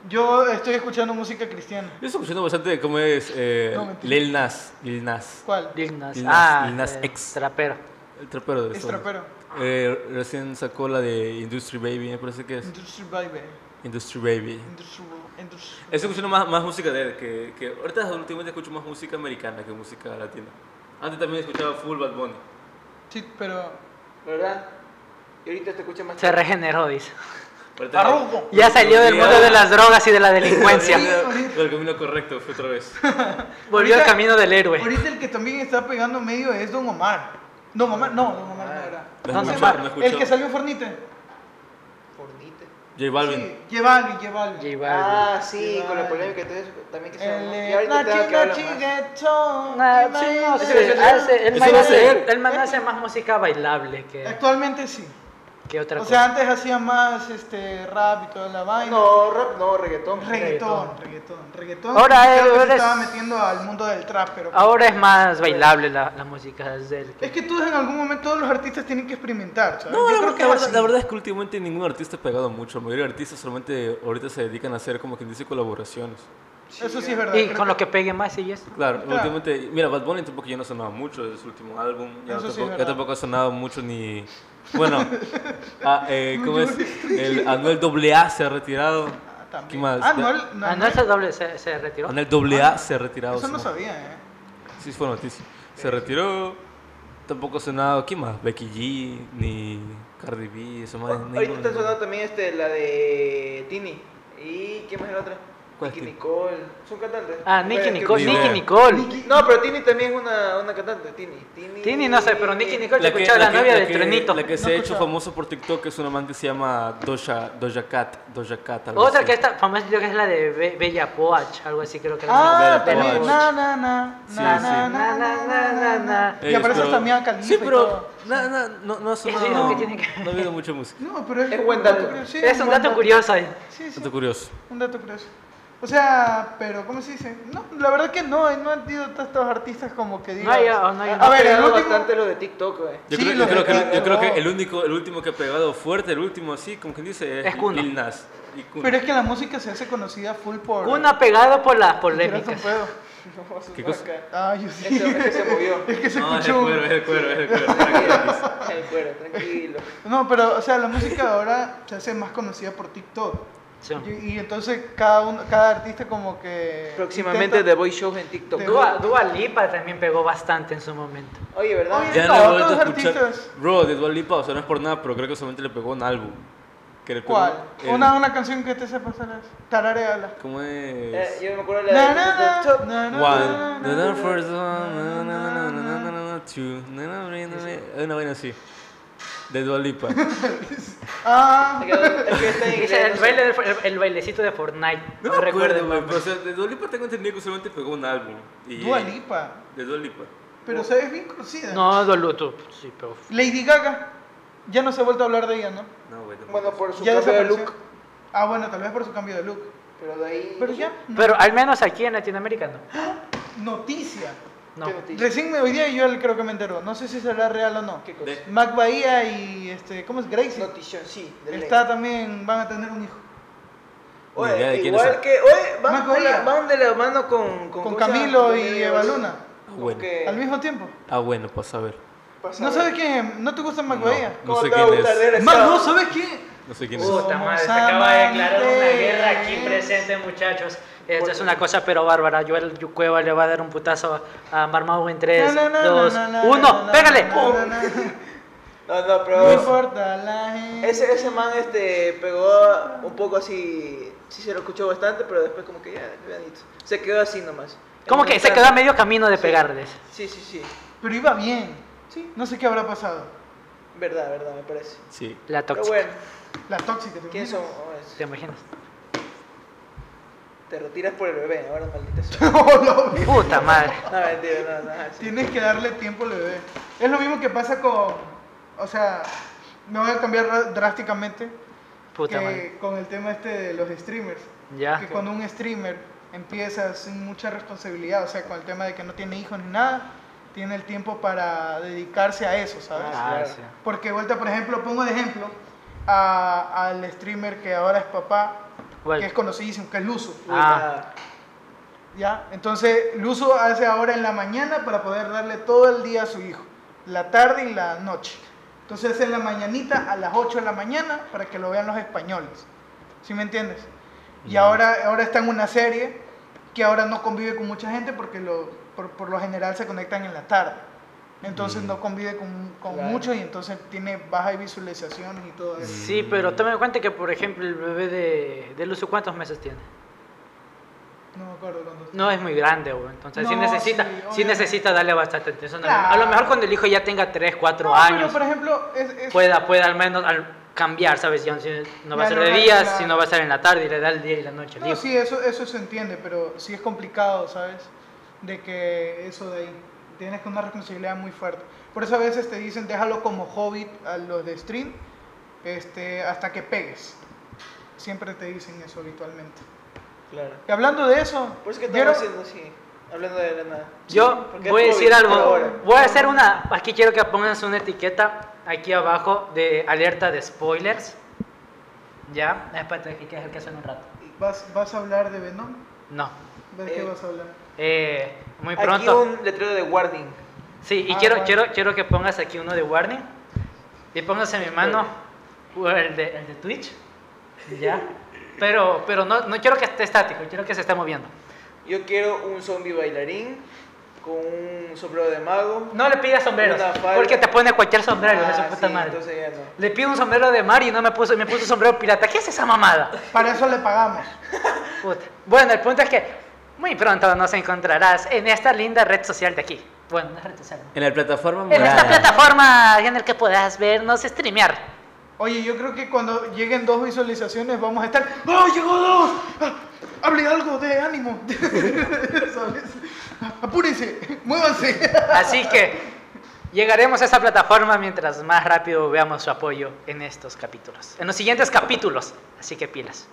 Speaker 1: Yo estoy escuchando música cristiana.
Speaker 2: Yo estoy escuchando bastante cómo es eh,
Speaker 1: No, mentira.
Speaker 2: Lil Nas. Lil Nas.
Speaker 1: ¿Cuál?
Speaker 4: Lil Nas.
Speaker 2: Lil Nas-
Speaker 4: Ah,
Speaker 2: Lil Nas
Speaker 4: eh,
Speaker 2: X.
Speaker 4: Trapero.
Speaker 2: El trapero de
Speaker 1: Es
Speaker 2: Sony.
Speaker 1: trapero.
Speaker 2: Eh, recién sacó la de Industry Baby, me parece que es.
Speaker 1: Industry Baby.
Speaker 2: Industry Baby.
Speaker 1: Industry, Industry-
Speaker 2: Estoy escuchando más, más música de él, que, que ahorita últimamente escucho más música americana que música latina. Antes también escuchaba full Bad Bunny.
Speaker 1: Sí, pero.
Speaker 3: ¿Verdad? Y ahorita te escucha más.
Speaker 4: Se regeneró, dice.
Speaker 2: Ahorita-
Speaker 1: Arrojo.
Speaker 4: Ya salió del mundo de las drogas y de la delincuencia.
Speaker 2: Por el camino correcto fue otra vez.
Speaker 4: Volvió al
Speaker 1: Ahorita-
Speaker 4: camino del héroe.
Speaker 1: Ahorita el que también está pegando medio es Don Omar. Don Omar, no, Don Omar no era.
Speaker 2: No
Speaker 1: ¿Cómo se
Speaker 2: escuchó,
Speaker 1: llama?
Speaker 2: no escuchó.
Speaker 1: el que salió Fornite.
Speaker 3: Fornite.
Speaker 2: J Balvin.
Speaker 1: Sí, Llevali, Llevali.
Speaker 4: J Balvin.
Speaker 3: Ah, sí,
Speaker 1: Sí,
Speaker 3: con la
Speaker 1: vale.
Speaker 3: polémica entonces también que se
Speaker 1: El
Speaker 3: llamó.
Speaker 1: eh,
Speaker 3: Y ahorita tengo que hablar
Speaker 1: Nachi, Nachi,
Speaker 3: más.
Speaker 1: Ghetto,
Speaker 4: Nah, Ah, sí,
Speaker 1: Imagine-
Speaker 4: no, sí,
Speaker 3: Ese-
Speaker 4: hace- el
Speaker 2: ese
Speaker 4: man
Speaker 2: va a
Speaker 4: hace-
Speaker 2: ser.
Speaker 4: el man hace más música bailable que...
Speaker 1: Actualmente sí.
Speaker 4: ¿Qué otra
Speaker 1: O
Speaker 4: cosa?
Speaker 1: sea, antes hacían más este, rap y toda la vaina.
Speaker 3: No, rap, no, reggaetón.
Speaker 1: Reggaetón, reggaetón, reggaetón.
Speaker 4: Ahora
Speaker 1: Creo
Speaker 4: es-
Speaker 1: que se
Speaker 4: ahora es-
Speaker 1: estaba metiendo al mundo del trap, pero.
Speaker 4: Ahora es más bailable la, la música del
Speaker 1: Es que todos en algún momento todos los artistas tienen que experimentar, ¿sabes?
Speaker 2: No,
Speaker 1: Yo
Speaker 2: la,
Speaker 1: creo
Speaker 2: verdad-
Speaker 1: que
Speaker 2: la
Speaker 1: es
Speaker 2: verdad,
Speaker 1: así.
Speaker 2: la verdad es que últimamente ningún artista ha pegado mucho. La mayoría de artistas solamente ahorita se dedican a hacer como quien dice colaboraciones.
Speaker 1: Eso sí es verdad.
Speaker 4: eh. Y
Speaker 1: creo
Speaker 4: con lo que pegue más y eso.
Speaker 2: Claro,
Speaker 1: Claro.
Speaker 2: últimamente, mira, Bad Bunny tampoco ya no sonaba mucho de su último álbum, ya,
Speaker 1: Eso sí es
Speaker 2: tampoco, ya
Speaker 1: verdad.
Speaker 2: tampoco ha sonado mucho ni... Bueno, ah, eh, ¿cómo es? El Anuel AA se ha retirado.
Speaker 1: Ah, también.
Speaker 2: ¿Qué más?
Speaker 1: Ah,
Speaker 2: Ya-
Speaker 1: no, el- no,
Speaker 4: Ah, no, ese doble se, se retiró.
Speaker 2: Anuel AA se ha retirado.
Speaker 1: Eso no
Speaker 2: sí.
Speaker 1: sabía, ¿eh?
Speaker 2: Sí, fue noticia. Se retiró. Tampoco ha sonado, ¿quién más? Becky G, ni Cardi B, eso más.
Speaker 3: Ahorita está sonando también este, la de Tini. ¿Y quién más es la otra?
Speaker 2: ¿Cuál es
Speaker 3: Nicki
Speaker 2: Tini?
Speaker 3: Nicole. Son cantantes.
Speaker 4: Ah, Nicky
Speaker 3: Bueno,
Speaker 4: Nicole,
Speaker 2: Ni
Speaker 4: Nicky
Speaker 2: idea.
Speaker 4: Nicole.
Speaker 3: No, pero Tini también es una, una cantante. Tini. Tini. eh,
Speaker 4: Tini, no sé, pero Nicky Nicole se escuchaba la, novia del trenito.
Speaker 2: La que se
Speaker 1: No
Speaker 2: ha hecho
Speaker 1: escuchaba.
Speaker 2: famoso por TikTok es una man que se llama Doja, Doja Cat. Doja Cat algo
Speaker 4: Otra
Speaker 2: así.
Speaker 4: que está famosa, yo creo que es la de Be- Bella Poach, algo así creo que era.
Speaker 1: Ah,
Speaker 2: Bella
Speaker 1: también.
Speaker 2: Poarch.
Speaker 1: Na, na, na.
Speaker 2: Sí,
Speaker 1: na,
Speaker 2: sí.
Speaker 1: na, na, na, na, na, na. Y
Speaker 2: Ellos,
Speaker 1: aparece
Speaker 2: pero-
Speaker 1: también a Califa
Speaker 2: Sí,
Speaker 1: y
Speaker 2: pero
Speaker 1: todo.
Speaker 2: na- na- no, no ha sonado.
Speaker 4: es lo que
Speaker 2: No,
Speaker 4: tiene que-
Speaker 2: no ha habido mucha música.
Speaker 1: No, pero es,
Speaker 3: Es buen dato.
Speaker 1: sí,
Speaker 4: es un dato curioso eh. ahí.
Speaker 1: Sí, sí,
Speaker 2: Tanto curioso.
Speaker 1: un dato curioso. O sea, pero ¿cómo se dice? No, la verdad que no, eh, no han sido tantos artistas como que digan.
Speaker 4: No hay, ah, no hay
Speaker 1: a
Speaker 4: una-
Speaker 1: ver, el
Speaker 3: pegado
Speaker 1: último.
Speaker 3: bastante lo de TikTok, güey.
Speaker 2: Yo,
Speaker 1: Sí,
Speaker 2: creo,
Speaker 1: lo
Speaker 2: yo, creo
Speaker 1: de
Speaker 2: que, el-
Speaker 1: Cardi
Speaker 2: yo creo que
Speaker 1: B.
Speaker 2: el único, el último que ha pegado fuerte, el último así, como quien dice, es,
Speaker 4: Es Kuno.
Speaker 2: Lil Nas. y Kuno.
Speaker 1: Pero es que la música se hace conocida full por.
Speaker 4: Una pegada por las
Speaker 1: por un
Speaker 4: polémicas.
Speaker 1: pedo.
Speaker 2: ¿Qué cosa?
Speaker 1: Ah, yo sí.
Speaker 3: Ese, ese se movió.
Speaker 1: Es que se
Speaker 2: No, es el
Speaker 1: escuchó. un-
Speaker 2: cuero, es el cuero, es el cuero. tranquilo.
Speaker 3: El cuero, tranquilo.
Speaker 1: No, pero, o sea, la música ahora se hace más conocida por TikTok.
Speaker 4: Sí.
Speaker 1: Y, y entonces cada uno, cada artista como que.
Speaker 3: Próximamente The
Speaker 1: intenta-
Speaker 3: Voice Show en TikTok.
Speaker 1: The
Speaker 4: Dua, Dua Lipa también pegó bastante en su momento.
Speaker 3: Oye, ¿verdad?
Speaker 1: Oye.
Speaker 2: Ya
Speaker 1: No,
Speaker 2: no, he vuelto a
Speaker 1: todos
Speaker 2: escuchar.
Speaker 1: artistas.
Speaker 2: Bro, de Dua Lipa, o sea, no es por nada, pero creo que solamente le pegó un álbum. Que le pegó
Speaker 1: ¿Cuál?
Speaker 2: el-
Speaker 1: Una, una canción que te sepas Tarareala.
Speaker 2: ¿Cómo
Speaker 3: Eh,
Speaker 2: es?
Speaker 3: yo me acuerdo la
Speaker 1: Na, na,
Speaker 3: de TikTok.
Speaker 1: na, na, na,
Speaker 2: One.
Speaker 1: na,
Speaker 2: The
Speaker 1: na,
Speaker 2: Dark First One.
Speaker 1: na,
Speaker 2: na, na,
Speaker 1: na,
Speaker 2: na, na, na,
Speaker 1: na.
Speaker 2: na, na, Two. na, na, na, na, na, Una vaina así. De Dua Lipa.
Speaker 1: Ah,
Speaker 3: Me quedo- Es que está en
Speaker 4: Ese,
Speaker 3: inglés,
Speaker 4: el,
Speaker 3: no sé.
Speaker 4: baile, del- el, el bailecito de Fortnite.
Speaker 2: No
Speaker 4: No,
Speaker 2: me acuerdo,
Speaker 4: recuerdo.
Speaker 2: güey, pero, o sea, de Dua Lipa tengo entendido que solamente pegó un álbum. Y,
Speaker 1: Dua Lipa.
Speaker 2: De Dua Lipa.
Speaker 1: Pero se ve bien conocida.
Speaker 4: No, Dua Lipa, tú- sí, pero.
Speaker 1: Lady Gaga. Ya no se ha vuelto a hablar de ella, ¿no?
Speaker 2: No, güey. tampoco.
Speaker 3: Bueno, por su
Speaker 1: ya
Speaker 3: cambio de
Speaker 1: desapareció.
Speaker 3: look.
Speaker 1: Ah, bueno, tal vez por su cambio de look.
Speaker 3: Pero de ahí.
Speaker 1: Pero ya,
Speaker 4: Pero al menos aquí en Latinoamérica no.
Speaker 1: noticia.
Speaker 4: No.
Speaker 3: ¿Qué noticia?
Speaker 1: Recién me, hoy día yo creo que me enteró. No sé si será real o no.
Speaker 3: ¿Qué cosa?
Speaker 2: De-
Speaker 1: Mac Bahía y este, ¿cómo es? Gracie.
Speaker 3: Notición, sí. de ley.
Speaker 1: Está también, van a tener un hijo.
Speaker 2: Ni idea de
Speaker 3: Oye,
Speaker 2: quién
Speaker 3: igual
Speaker 2: es.
Speaker 3: que. Oye, van,
Speaker 1: Más
Speaker 3: con la-
Speaker 1: Bahía.
Speaker 3: van de la mano con. Con,
Speaker 1: Con
Speaker 3: ¿cómo se llama?
Speaker 1: Camilo
Speaker 3: Con
Speaker 1: y Eva Luna.
Speaker 2: Ah, bueno.
Speaker 3: Porque-
Speaker 1: Al mismo tiempo.
Speaker 2: Ah, bueno, pues saber.
Speaker 3: Pasa
Speaker 1: ¿No
Speaker 3: Eh, a
Speaker 1: sabes
Speaker 3: ver.
Speaker 1: quién es? ¿No te gusta Mac
Speaker 2: No,
Speaker 1: Bahía?
Speaker 2: no
Speaker 3: ¿Cómo
Speaker 2: sé
Speaker 3: te va a
Speaker 2: quién
Speaker 3: gustar
Speaker 2: es.
Speaker 3: de
Speaker 1: Más,
Speaker 3: regresado?
Speaker 1: no, ¿sabes quién?
Speaker 2: No sé quién es.
Speaker 4: Puta
Speaker 1: Somos
Speaker 4: madre, se acaba de declarar una
Speaker 1: amantes.
Speaker 4: guerra aquí presente, muchachos. Esto es una cosa pero bárbara. Joel Cueva le va a dar un putazo a Marmau en 3,
Speaker 1: Na, na, na,
Speaker 4: 2,
Speaker 1: na, na, na,
Speaker 4: 1.
Speaker 1: na,
Speaker 4: ¡Pégale!
Speaker 1: na,
Speaker 4: ¡Pum!
Speaker 1: na, na.
Speaker 3: No, no,
Speaker 1: No
Speaker 3: pero.
Speaker 1: importa la gente.
Speaker 3: Ese, ese man este, pegó un poco así. Sí, se lo escuchó bastante, pero después, como que ya, cuidadito. Se quedó así nomás.
Speaker 4: ¿Cómo que se quedó a medio camino de pegarles?
Speaker 3: Sí, sí, sí.
Speaker 1: Pero iba bien. No sé qué habrá pasado.
Speaker 3: Verdad, verdad, me parece.
Speaker 2: Sí.
Speaker 4: La
Speaker 3: Pero
Speaker 4: tóxica.
Speaker 3: bueno,
Speaker 1: La tóxica. ¿te
Speaker 3: ¿quién
Speaker 1: imaginas?
Speaker 3: son? Oh, es-
Speaker 4: ¿Te imaginas?
Speaker 3: Te retiras por el bebé, ahora maldita sea.
Speaker 4: Puta madre.
Speaker 3: No, mentira, no, no. ajá, sí.
Speaker 1: Tienes que darle tiempo al bebé. Es lo mismo que pasa con. O sea, me voy a cambiar ra- drásticamente
Speaker 4: Puta
Speaker 1: que
Speaker 4: madre.
Speaker 1: con el tema este de los streamers.
Speaker 4: Ya.
Speaker 1: Que cuando un streamer empieza sin mucha responsabilidad, o sea, con el tema de que no tiene hijos ni nada, tiene el tiempo para dedicarse a eso, ¿sabes?
Speaker 4: Ah, sí.
Speaker 1: Porque vuelta, por ejemplo, pongo de ejemplo a- al streamer que ahora es papá,
Speaker 4: ¿Cuál?
Speaker 1: que es conocidísimo, que es Luzu.
Speaker 4: Ah.
Speaker 1: ¿Ya? Entonces, Luzo hace ahora en la mañana para poder darle todo el día a su hijo, la tarde y la noche. Entonces, en la mañanita a las 8 de la mañana para que lo vean los españoles. ¿Sí me entiendes? Y ahora, ahora está en una serie que ahora no convive con mucha gente porque lo, por, por lo general se conectan en la tarde. Entonces no convive con, con
Speaker 3: Claro.
Speaker 1: muchos y entonces tiene baja de visualizaciones y todo eso.
Speaker 4: Sí, pero tome en cuenta que, por ejemplo, el bebé de, de Lucio, ¿cuántos meses tiene?
Speaker 1: No me acuerdo cuándo.
Speaker 4: No es muy grande, güey. Entonces, sí
Speaker 1: No,
Speaker 4: necesita,
Speaker 1: sí,
Speaker 4: sí
Speaker 1: obviamente.
Speaker 4: necesita darle bastante atención. A
Speaker 1: Claro.
Speaker 4: lo mejor cuando el hijo ya tenga 3, 4
Speaker 1: No,
Speaker 4: años.
Speaker 1: Pero por ejemplo, es, es-
Speaker 4: pueda, pueda al menos al cambiar, ¿sabes? Ya no- no va a
Speaker 1: Ya
Speaker 4: ser
Speaker 1: no
Speaker 4: de
Speaker 1: va a
Speaker 4: día,
Speaker 1: ser la-
Speaker 4: sino va a ser en la tarde y le da el día y la noche. al
Speaker 1: No,
Speaker 4: hijo.
Speaker 1: sí, eso, eso se entiende, pero sí es complicado, ¿sabes? De que eso de ahí. Tienes que una responsabilidad muy fuerte. Por eso a veces te dicen, déjalo como hobbit a los de stream, este, hasta que pegues. Siempre te dicen eso habitualmente.
Speaker 3: Claro.
Speaker 1: Y hablando de eso,
Speaker 3: Por eso que
Speaker 1: ¿vieron?
Speaker 3: estamos haciendo así, hablando de la nada.
Speaker 4: Yo
Speaker 3: Porque
Speaker 4: voy a
Speaker 3: es
Speaker 4: decir
Speaker 3: COVID,
Speaker 4: algo.
Speaker 3: por ahora.
Speaker 4: Voy a hacer una. Aquí quiero que pongas una etiqueta aquí abajo de alerta de spoilers. Ya. Espérate, aquí que es el que hace en un rato.
Speaker 1: ¿Vas, vas a hablar de Venom?
Speaker 4: No.
Speaker 1: ¿De qué
Speaker 3: Eh,
Speaker 1: vas a hablar?
Speaker 4: Eh, muy
Speaker 3: Aquí
Speaker 4: pronto.
Speaker 3: un letrero de warning.
Speaker 4: Sí, y
Speaker 1: Ah,
Speaker 4: quiero,
Speaker 1: bueno.
Speaker 4: quiero, quiero que pongas aquí uno de warning. Y pongas en mi mano o el de, el de Twitch. Ya. Pero, pero no, no quiero que esté estático, quiero que se esté moviendo.
Speaker 3: Yo quiero un zombie bailarín con un sombrero de mago.
Speaker 4: No le pidas sombreros,
Speaker 3: Una falda.
Speaker 4: porque te pone cualquier sombrero,
Speaker 3: Ah,
Speaker 4: esa puta
Speaker 3: sí,
Speaker 4: madre.
Speaker 3: Entonces ya no.
Speaker 4: Le pido un sombrero de Mario y no me puso, me puso sombrero pirata. ¿Qué es esa mamada?
Speaker 1: Para eso le pagamos.
Speaker 4: Puta. Bueno, el punto es que muy pronto nos encontrarás en esta linda red social de aquí. Bueno, no es red social. ¿no?
Speaker 2: En la plataforma
Speaker 4: En esta
Speaker 2: morada.
Speaker 4: plataforma en la que podrás vernos streamear.
Speaker 1: Oye, yo creo que cuando lleguen dos visualizaciones vamos a estar. ¡Oh, llegó dos! ¡Ah! ¡Hable algo de ánimo! ¿Sabes? ¡Apúrense! ¡Muévanse!
Speaker 4: Así que llegaremos a esa plataforma mientras más rápido veamos su apoyo en estos capítulos. En los siguientes capítulos. Así que pilas.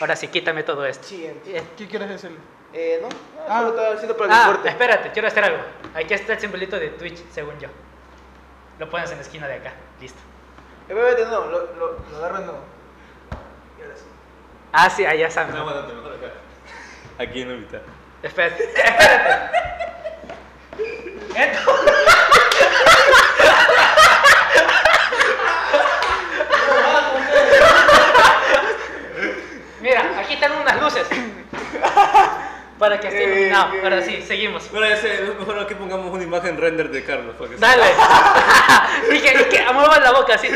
Speaker 4: Ahora sí, quítame todo esto.
Speaker 3: Siguiente.
Speaker 1: ¿Qué quieres decirle?
Speaker 3: Eh, no, no
Speaker 1: Ah.
Speaker 3: solo estaba haciendo para el
Speaker 4: Ah,
Speaker 3: corte.
Speaker 4: espérate, quiero hacer algo. Aquí está el simbolito de Twitch, según yo. Lo pones en la esquina de acá. Listo.
Speaker 3: Espérate, Eh, no, lo, lo, lo agarro no. Y ahora sí.
Speaker 4: Ah, sí, allá está.
Speaker 2: No, bueno, te lo mando acá. Aquí en la mitad.
Speaker 4: Espérate, espérate. Entonces, Mira, aquí están unas luces. Para que esté iluminado. Ahora sí, seguimos.
Speaker 2: Bueno, ya sé, es mejor que pongamos una imagen render de Carlos. Para que sea-
Speaker 4: Dale. y que, y que mueva la boca así.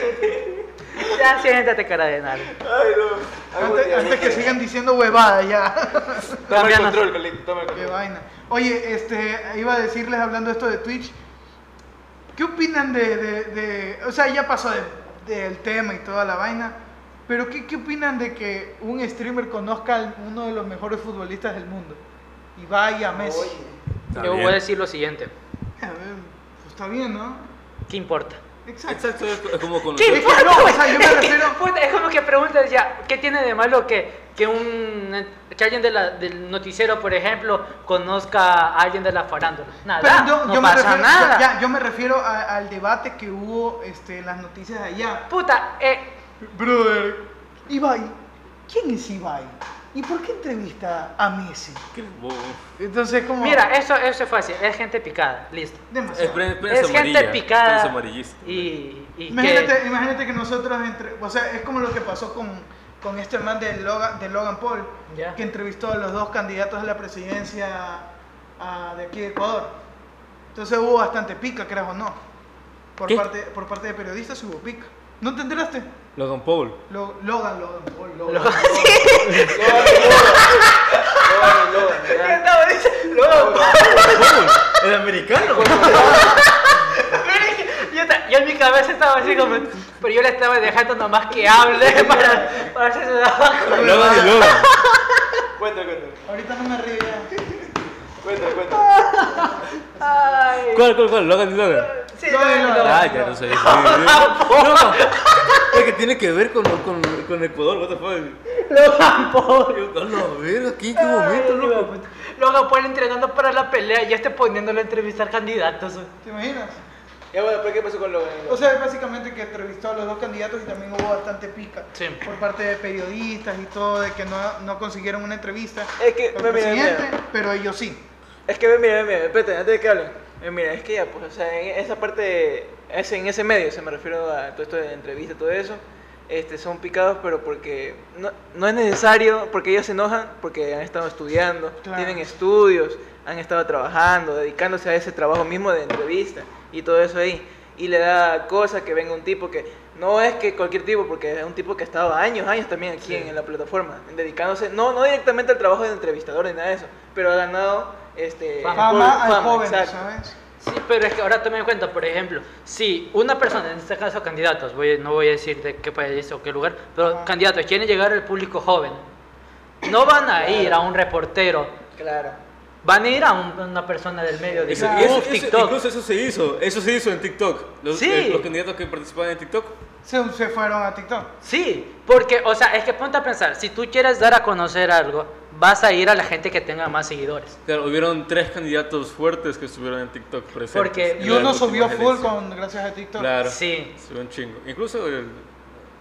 Speaker 4: Ya siéntate, cara de nada.
Speaker 3: Ay, no. Algún
Speaker 1: Antes, antes
Speaker 3: día, algún
Speaker 1: que
Speaker 3: día.
Speaker 1: sigan diciendo huevadas ya.
Speaker 3: Toma el
Speaker 4: Todavía no.
Speaker 3: control, Calito, toma el
Speaker 1: Qué
Speaker 3: control.
Speaker 1: vaina. Oye, este, iba a decirles hablando esto de Twitch. ¿Qué opinan de, de- de- o sea, ya pasó de- del tema y toda la vaina, pero ¿qué, qué opinan de que un streamer conozca a uno de los mejores futbolistas del mundo? Y vaya Messi.
Speaker 3: Oye,
Speaker 2: Está
Speaker 4: Yo voy
Speaker 2: bien.
Speaker 4: a decir lo siguiente.
Speaker 1: A ver, pues está bien, ¿no?
Speaker 4: ¿Qué importa?
Speaker 1: Exacto.
Speaker 2: Exacto, es es como con
Speaker 1: ¿Qué?
Speaker 4: ¿Qué
Speaker 1: Es que
Speaker 4: importa,
Speaker 1: no,
Speaker 4: güey?
Speaker 1: o sea, yo me
Speaker 4: Es que,
Speaker 1: refiero-
Speaker 4: puta, es como que preguntas ya, ¿qué tiene de malo que, que un que alguien de la- del noticiero, por ejemplo, conozca a alguien de la farándula? Nada,
Speaker 1: Pero yo,
Speaker 4: no
Speaker 1: yo me
Speaker 4: pasa
Speaker 1: refiero,
Speaker 4: nada.
Speaker 1: ya, yo me refiero a- al debate que hubo este, en las noticias allá.
Speaker 4: Puta, eh,
Speaker 1: Brother. Ibai, ¿quién es Ibai? ¿Y por qué entrevista a Messi?
Speaker 2: Qué bobo.
Speaker 1: Entonces, como.
Speaker 4: mira, eso, eso es fácil, es gente picada, listo.
Speaker 2: Es
Speaker 1: Demasiado.
Speaker 2: pre- prensa
Speaker 4: Es gente
Speaker 2: amarilla, prensa
Speaker 4: picada
Speaker 2: amarillista.
Speaker 4: y, y
Speaker 1: imagínate,
Speaker 4: que...
Speaker 1: imagínate que nosotros entre. O sea, es como lo que pasó con, con este man de Logan, de Logan Paul,
Speaker 4: Ya.
Speaker 1: que entrevistó a los dos candidatos a la presidencia a- de aquí de Ecuador. Entonces hubo bastante pica, creas o no. Por
Speaker 2: ¿Qué?
Speaker 1: parte, por parte de periodistas hubo pica. ¿No te enteraste?
Speaker 2: Logan Paul.
Speaker 1: Lo- Logan, Logan Paul, Logan.
Speaker 3: Logan, Logan, ya.
Speaker 2: ¿El americano?
Speaker 4: Yo, ta- yo en mi cabeza estaba así como... Pero yo le estaba dejando nomás que hable para, para ver si se daba cuenta.
Speaker 2: Logan y Logan.
Speaker 3: Cuenta, cuenta,
Speaker 1: Ahorita no me río. ya.
Speaker 3: cuenta, cuenta.
Speaker 4: Ay.
Speaker 2: ¿Cuál, cuál, cuál? ¿Logan y Logan?
Speaker 4: Sí,
Speaker 1: No,
Speaker 4: no,
Speaker 1: no,
Speaker 4: no.
Speaker 1: no.
Speaker 2: Ah, ya no sé. No, no. Es que tiene que ver con, con, con Ecuador, what the fuck.
Speaker 4: Logan Paul.
Speaker 2: Yo, a la verga, ¿qué, en qué momento,
Speaker 4: Ay,
Speaker 2: loco?
Speaker 4: Logan Paul. Logan Paul entrenando para la pelea y este poniéndolo a entrevistar candidatos.
Speaker 1: ¿Te imaginas?
Speaker 3: Ya bueno, pero ¿qué pasó con Logan?
Speaker 1: O sea, básicamente que entrevistó a los dos candidatos y también hubo bastante pica
Speaker 4: Sí.
Speaker 1: por parte de periodistas y todo, de que no, no consiguieron una entrevista
Speaker 3: Es que,
Speaker 1: con el
Speaker 3: mira, mira,
Speaker 1: presidente,
Speaker 3: mira.
Speaker 1: pero ellos sí.
Speaker 3: Es que, mira, mira, mira, espérate, antes de que hablen. Eh, Mira, es que ya, pues, o sea, en esa parte, de- ese- en ese medio, se me refiero a todo esto de entrevista, todo eso, este, son picados, pero porque no, no es necesario, porque ellos se enojan, porque han estado estudiando,
Speaker 1: Claro.
Speaker 3: tienen estudios, han estado trabajando, dedicándose a ese trabajo mismo de entrevista y todo eso ahí. Y le da cosa que venga un tipo que no es que cualquier tipo, porque es un tipo que ha estado años, años también aquí en, en la plataforma, dedicándose, no, no directamente al trabajo de entrevistador ni nada de eso, pero ha ganado este,
Speaker 4: Fama.
Speaker 1: Fama al
Speaker 3: fama,
Speaker 1: joven,
Speaker 3: exacto.
Speaker 1: ¿sabes?
Speaker 4: Sí, pero es que ahora tome en cuenta, por ejemplo, si una persona, en este caso candidatos, voy- no voy a decir de qué país o qué lugar, pero
Speaker 1: Ajá.
Speaker 4: candidatos quieren llegar al público joven, no van a ir a un reportero
Speaker 3: Claro.
Speaker 4: van a ir a un- una persona del medio.
Speaker 2: Eso-
Speaker 4: digamos,
Speaker 2: y eso-
Speaker 4: "Uf,
Speaker 2: eso-
Speaker 4: TikTok.
Speaker 2: Incluso eso se hizo, eso se hizo en TikTok. Los,
Speaker 4: Sí.
Speaker 2: eh, los candidatos que participaban en TikTok.
Speaker 1: Se, se fueron a TikTok.
Speaker 4: Sí, porque, o sea, es que ponte a pensar, si tú quieres dar a conocer algo, vas a ir a la gente que tenga más seguidores.
Speaker 2: Claro, hubieron tres candidatos fuertes que estuvieron en TikTok presentes.
Speaker 4: Porque-
Speaker 2: en
Speaker 1: Y
Speaker 2: la
Speaker 1: uno
Speaker 2: última
Speaker 1: subió full
Speaker 2: elección.
Speaker 1: con gracias a TikTok.
Speaker 2: Claro.
Speaker 4: Sí.
Speaker 2: Subió un chingo. Incluso, eh,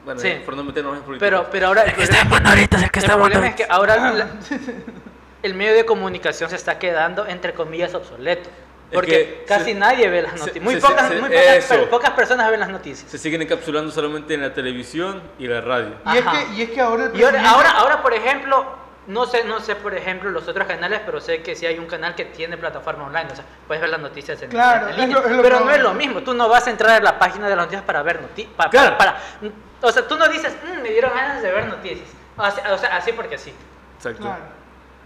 Speaker 2: bueno,
Speaker 4: Sí.
Speaker 2: por no meternos en política.
Speaker 4: Pero, pero ahora... El que está ahorita, el que está problema es que ahora la- el medio de comunicación se está quedando, entre comillas, obsoleto.
Speaker 2: Es
Speaker 4: Porque
Speaker 2: que
Speaker 4: casi
Speaker 2: se-
Speaker 4: nadie ve las
Speaker 2: se-
Speaker 4: noticias. Muy,
Speaker 2: se-
Speaker 4: pocas,
Speaker 2: se-
Speaker 4: muy pocas,
Speaker 2: eso.
Speaker 4: per- pocas personas ven las noticias.
Speaker 2: se siguen encapsulando solamente en la televisión y la radio.
Speaker 1: Y, es
Speaker 4: Ajá.
Speaker 1: que, y es que ahora el
Speaker 4: Y ahora,
Speaker 1: presidente-
Speaker 4: ahora, ahora, por ejemplo, no sé, no sé, por ejemplo, los otros canales, pero sé que sí hay un canal que tiene plataforma online, o sea, puedes ver las noticias en,
Speaker 1: Claro,
Speaker 4: en
Speaker 1: es
Speaker 4: línea.
Speaker 1: lo- es lo
Speaker 4: pero
Speaker 1: que-
Speaker 4: no es lo mismo, tú no vas a entrar a la página de las noticias para ver noticias.
Speaker 2: Claro.
Speaker 4: o sea, tú no dices, "Mm, me dieron ganas de ver noticias. O sea, o sea, así porque sí.
Speaker 2: Exacto.
Speaker 1: Claro.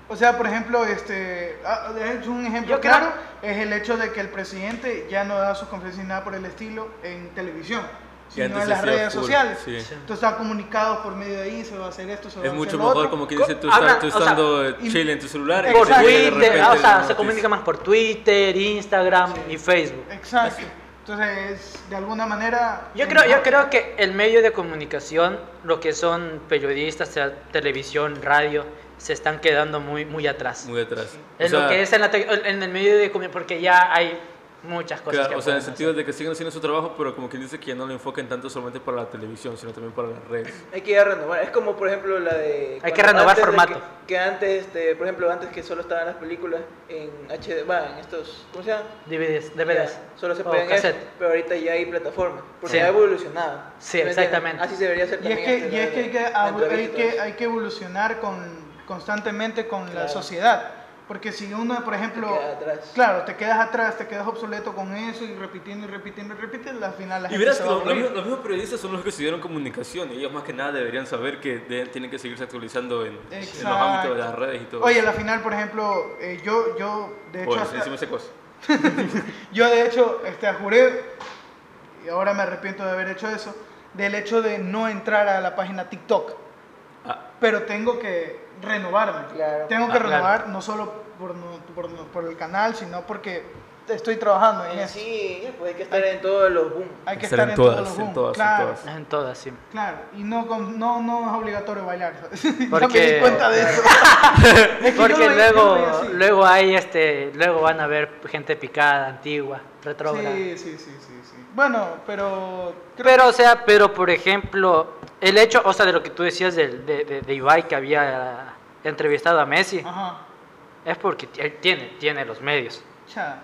Speaker 1: O sea, por ejemplo, este, ah, es un ejemplo
Speaker 4: Yo creo-
Speaker 1: claro es el hecho de que el presidente ya no da sus conferencias ni nada por el estilo en televisión,
Speaker 2: Que
Speaker 1: sino
Speaker 2: antes
Speaker 1: en las
Speaker 2: hacía
Speaker 1: redes
Speaker 2: full,
Speaker 1: sociales.
Speaker 2: sí.
Speaker 1: Entonces está comunicado por medio de ahí, se va a hacer esto, se va a
Speaker 2: Es
Speaker 1: hacer
Speaker 2: mucho
Speaker 1: lo
Speaker 2: mejor
Speaker 1: otro.
Speaker 2: como que
Speaker 4: Co-
Speaker 2: dices tú,
Speaker 4: hablan,
Speaker 2: estás, tú
Speaker 4: o sea,
Speaker 2: estando eh,
Speaker 1: in-
Speaker 2: chill en tu celular
Speaker 1: Por
Speaker 2: y te llega de
Speaker 1: Twitter,
Speaker 2: repente
Speaker 4: o
Speaker 2: una
Speaker 4: sea, se
Speaker 2: noticia.
Speaker 4: comunica más por Twitter, Instagram y Facebook.
Speaker 1: Exacto. Entonces, de alguna manera... eh,
Speaker 4: Yo creo, yo creo que el medio de comunicación, lo que son periodistas, sea televisión, radio, se están quedando muy, muy atrás.
Speaker 2: Muy atrás.
Speaker 4: en
Speaker 2: O sea,
Speaker 4: lo que es en, la tec- en el medio de comunicación, porque ya hay muchas cosas.
Speaker 2: claro,
Speaker 4: que
Speaker 2: o sea, en el
Speaker 4: pueden
Speaker 2: sentido
Speaker 4: hacer.
Speaker 2: de que siguen haciendo su trabajo, pero como quien dice que ya no lo enfoquen tanto solamente para la televisión, sino también para las redes.
Speaker 3: Hay que ir a renovar. Es como, por ejemplo, la de.
Speaker 4: Hay
Speaker 3: cuando
Speaker 4: que renovar
Speaker 3: antes de
Speaker 4: formato.
Speaker 3: Que, que antes, este, por ejemplo, antes que solo estaban las películas en HD, va, en estos. ¿Cómo se llama?
Speaker 4: DVDs, DVDs.
Speaker 3: Ya, Solo se
Speaker 4: o
Speaker 3: pueden eso,
Speaker 4: cassette.
Speaker 3: pero ahorita ya hay plataformas. Porque
Speaker 4: Sí.
Speaker 3: ha evolucionado.
Speaker 4: Sí,
Speaker 3: ¿Me entiendes?
Speaker 4: exactamente.
Speaker 3: Así se debería ser
Speaker 1: Y es
Speaker 3: también.
Speaker 1: que, y
Speaker 3: antes la
Speaker 1: es que, hay,
Speaker 3: de-
Speaker 1: que
Speaker 3: la
Speaker 1: av- hay
Speaker 3: entrevista y todo
Speaker 1: que,
Speaker 3: eso.
Speaker 1: hay que evolucionar con, constantemente con la
Speaker 3: Claro.
Speaker 1: sociedad. Porque si uno, por ejemplo,
Speaker 3: quedas atrás.
Speaker 1: claro, te quedas atrás, te quedas obsoleto con eso y repitiendo y repitiendo y repitiendo, al final la
Speaker 2: Y
Speaker 1: gente
Speaker 2: verás
Speaker 1: se
Speaker 2: que
Speaker 1: va a
Speaker 2: lo- los,
Speaker 1: aburrir.
Speaker 2: mismos- los mismos periodistas son los que estudiaron comunicación y ellos más que nada deberían saber que de- tienen que seguirse actualizando en, en los
Speaker 1: Exacto.
Speaker 2: ámbitos de las redes y todo.
Speaker 1: Oye,
Speaker 2: eso.
Speaker 1: la final, por ejemplo, eh, yo, yo, de hecho,
Speaker 2: Oye,
Speaker 1: hasta-
Speaker 2: encima esa cosa.
Speaker 1: yo de hecho, este, juré, y ahora me arrepiento de haber hecho eso, del hecho de no entrar a la página TikTok.
Speaker 2: Ah,
Speaker 1: pero tengo que renovarme.
Speaker 3: Claro.
Speaker 1: Tengo que
Speaker 2: Ah, claro.
Speaker 1: renovar no solo por, no- por, no- por el canal, sino porque estoy trabajando en
Speaker 3: Y
Speaker 1: eso.
Speaker 3: Sí, pues hay que estar en todos los boom.
Speaker 1: Hay que
Speaker 2: Estar
Speaker 1: estar,
Speaker 2: en
Speaker 1: en
Speaker 2: todas,
Speaker 1: todos los
Speaker 2: en
Speaker 1: boom.
Speaker 2: todas, en
Speaker 1: claro,
Speaker 2: todas.
Speaker 4: En todas, sí.
Speaker 1: claro. Y no, con- no, no es obligatorio bailar. Ya me
Speaker 4: Porque-
Speaker 1: di cuenta de eso. Es que yo
Speaker 4: Porque
Speaker 1: lo- yo lo veía
Speaker 4: luego,
Speaker 1: así.
Speaker 4: luego hay este, luego van a ver gente picada, antigua, retrógrada.
Speaker 1: Sí, sí, sí, sí, sí. Bueno, pero...
Speaker 4: Pero, o sea, pero por ejemplo, el hecho, o sea, de lo que tú decías del- de, de- de Ibai que había entrevistado a Messi,
Speaker 1: Ajá.
Speaker 4: es porque t- él tiene, tiene los medios.
Speaker 1: Ya.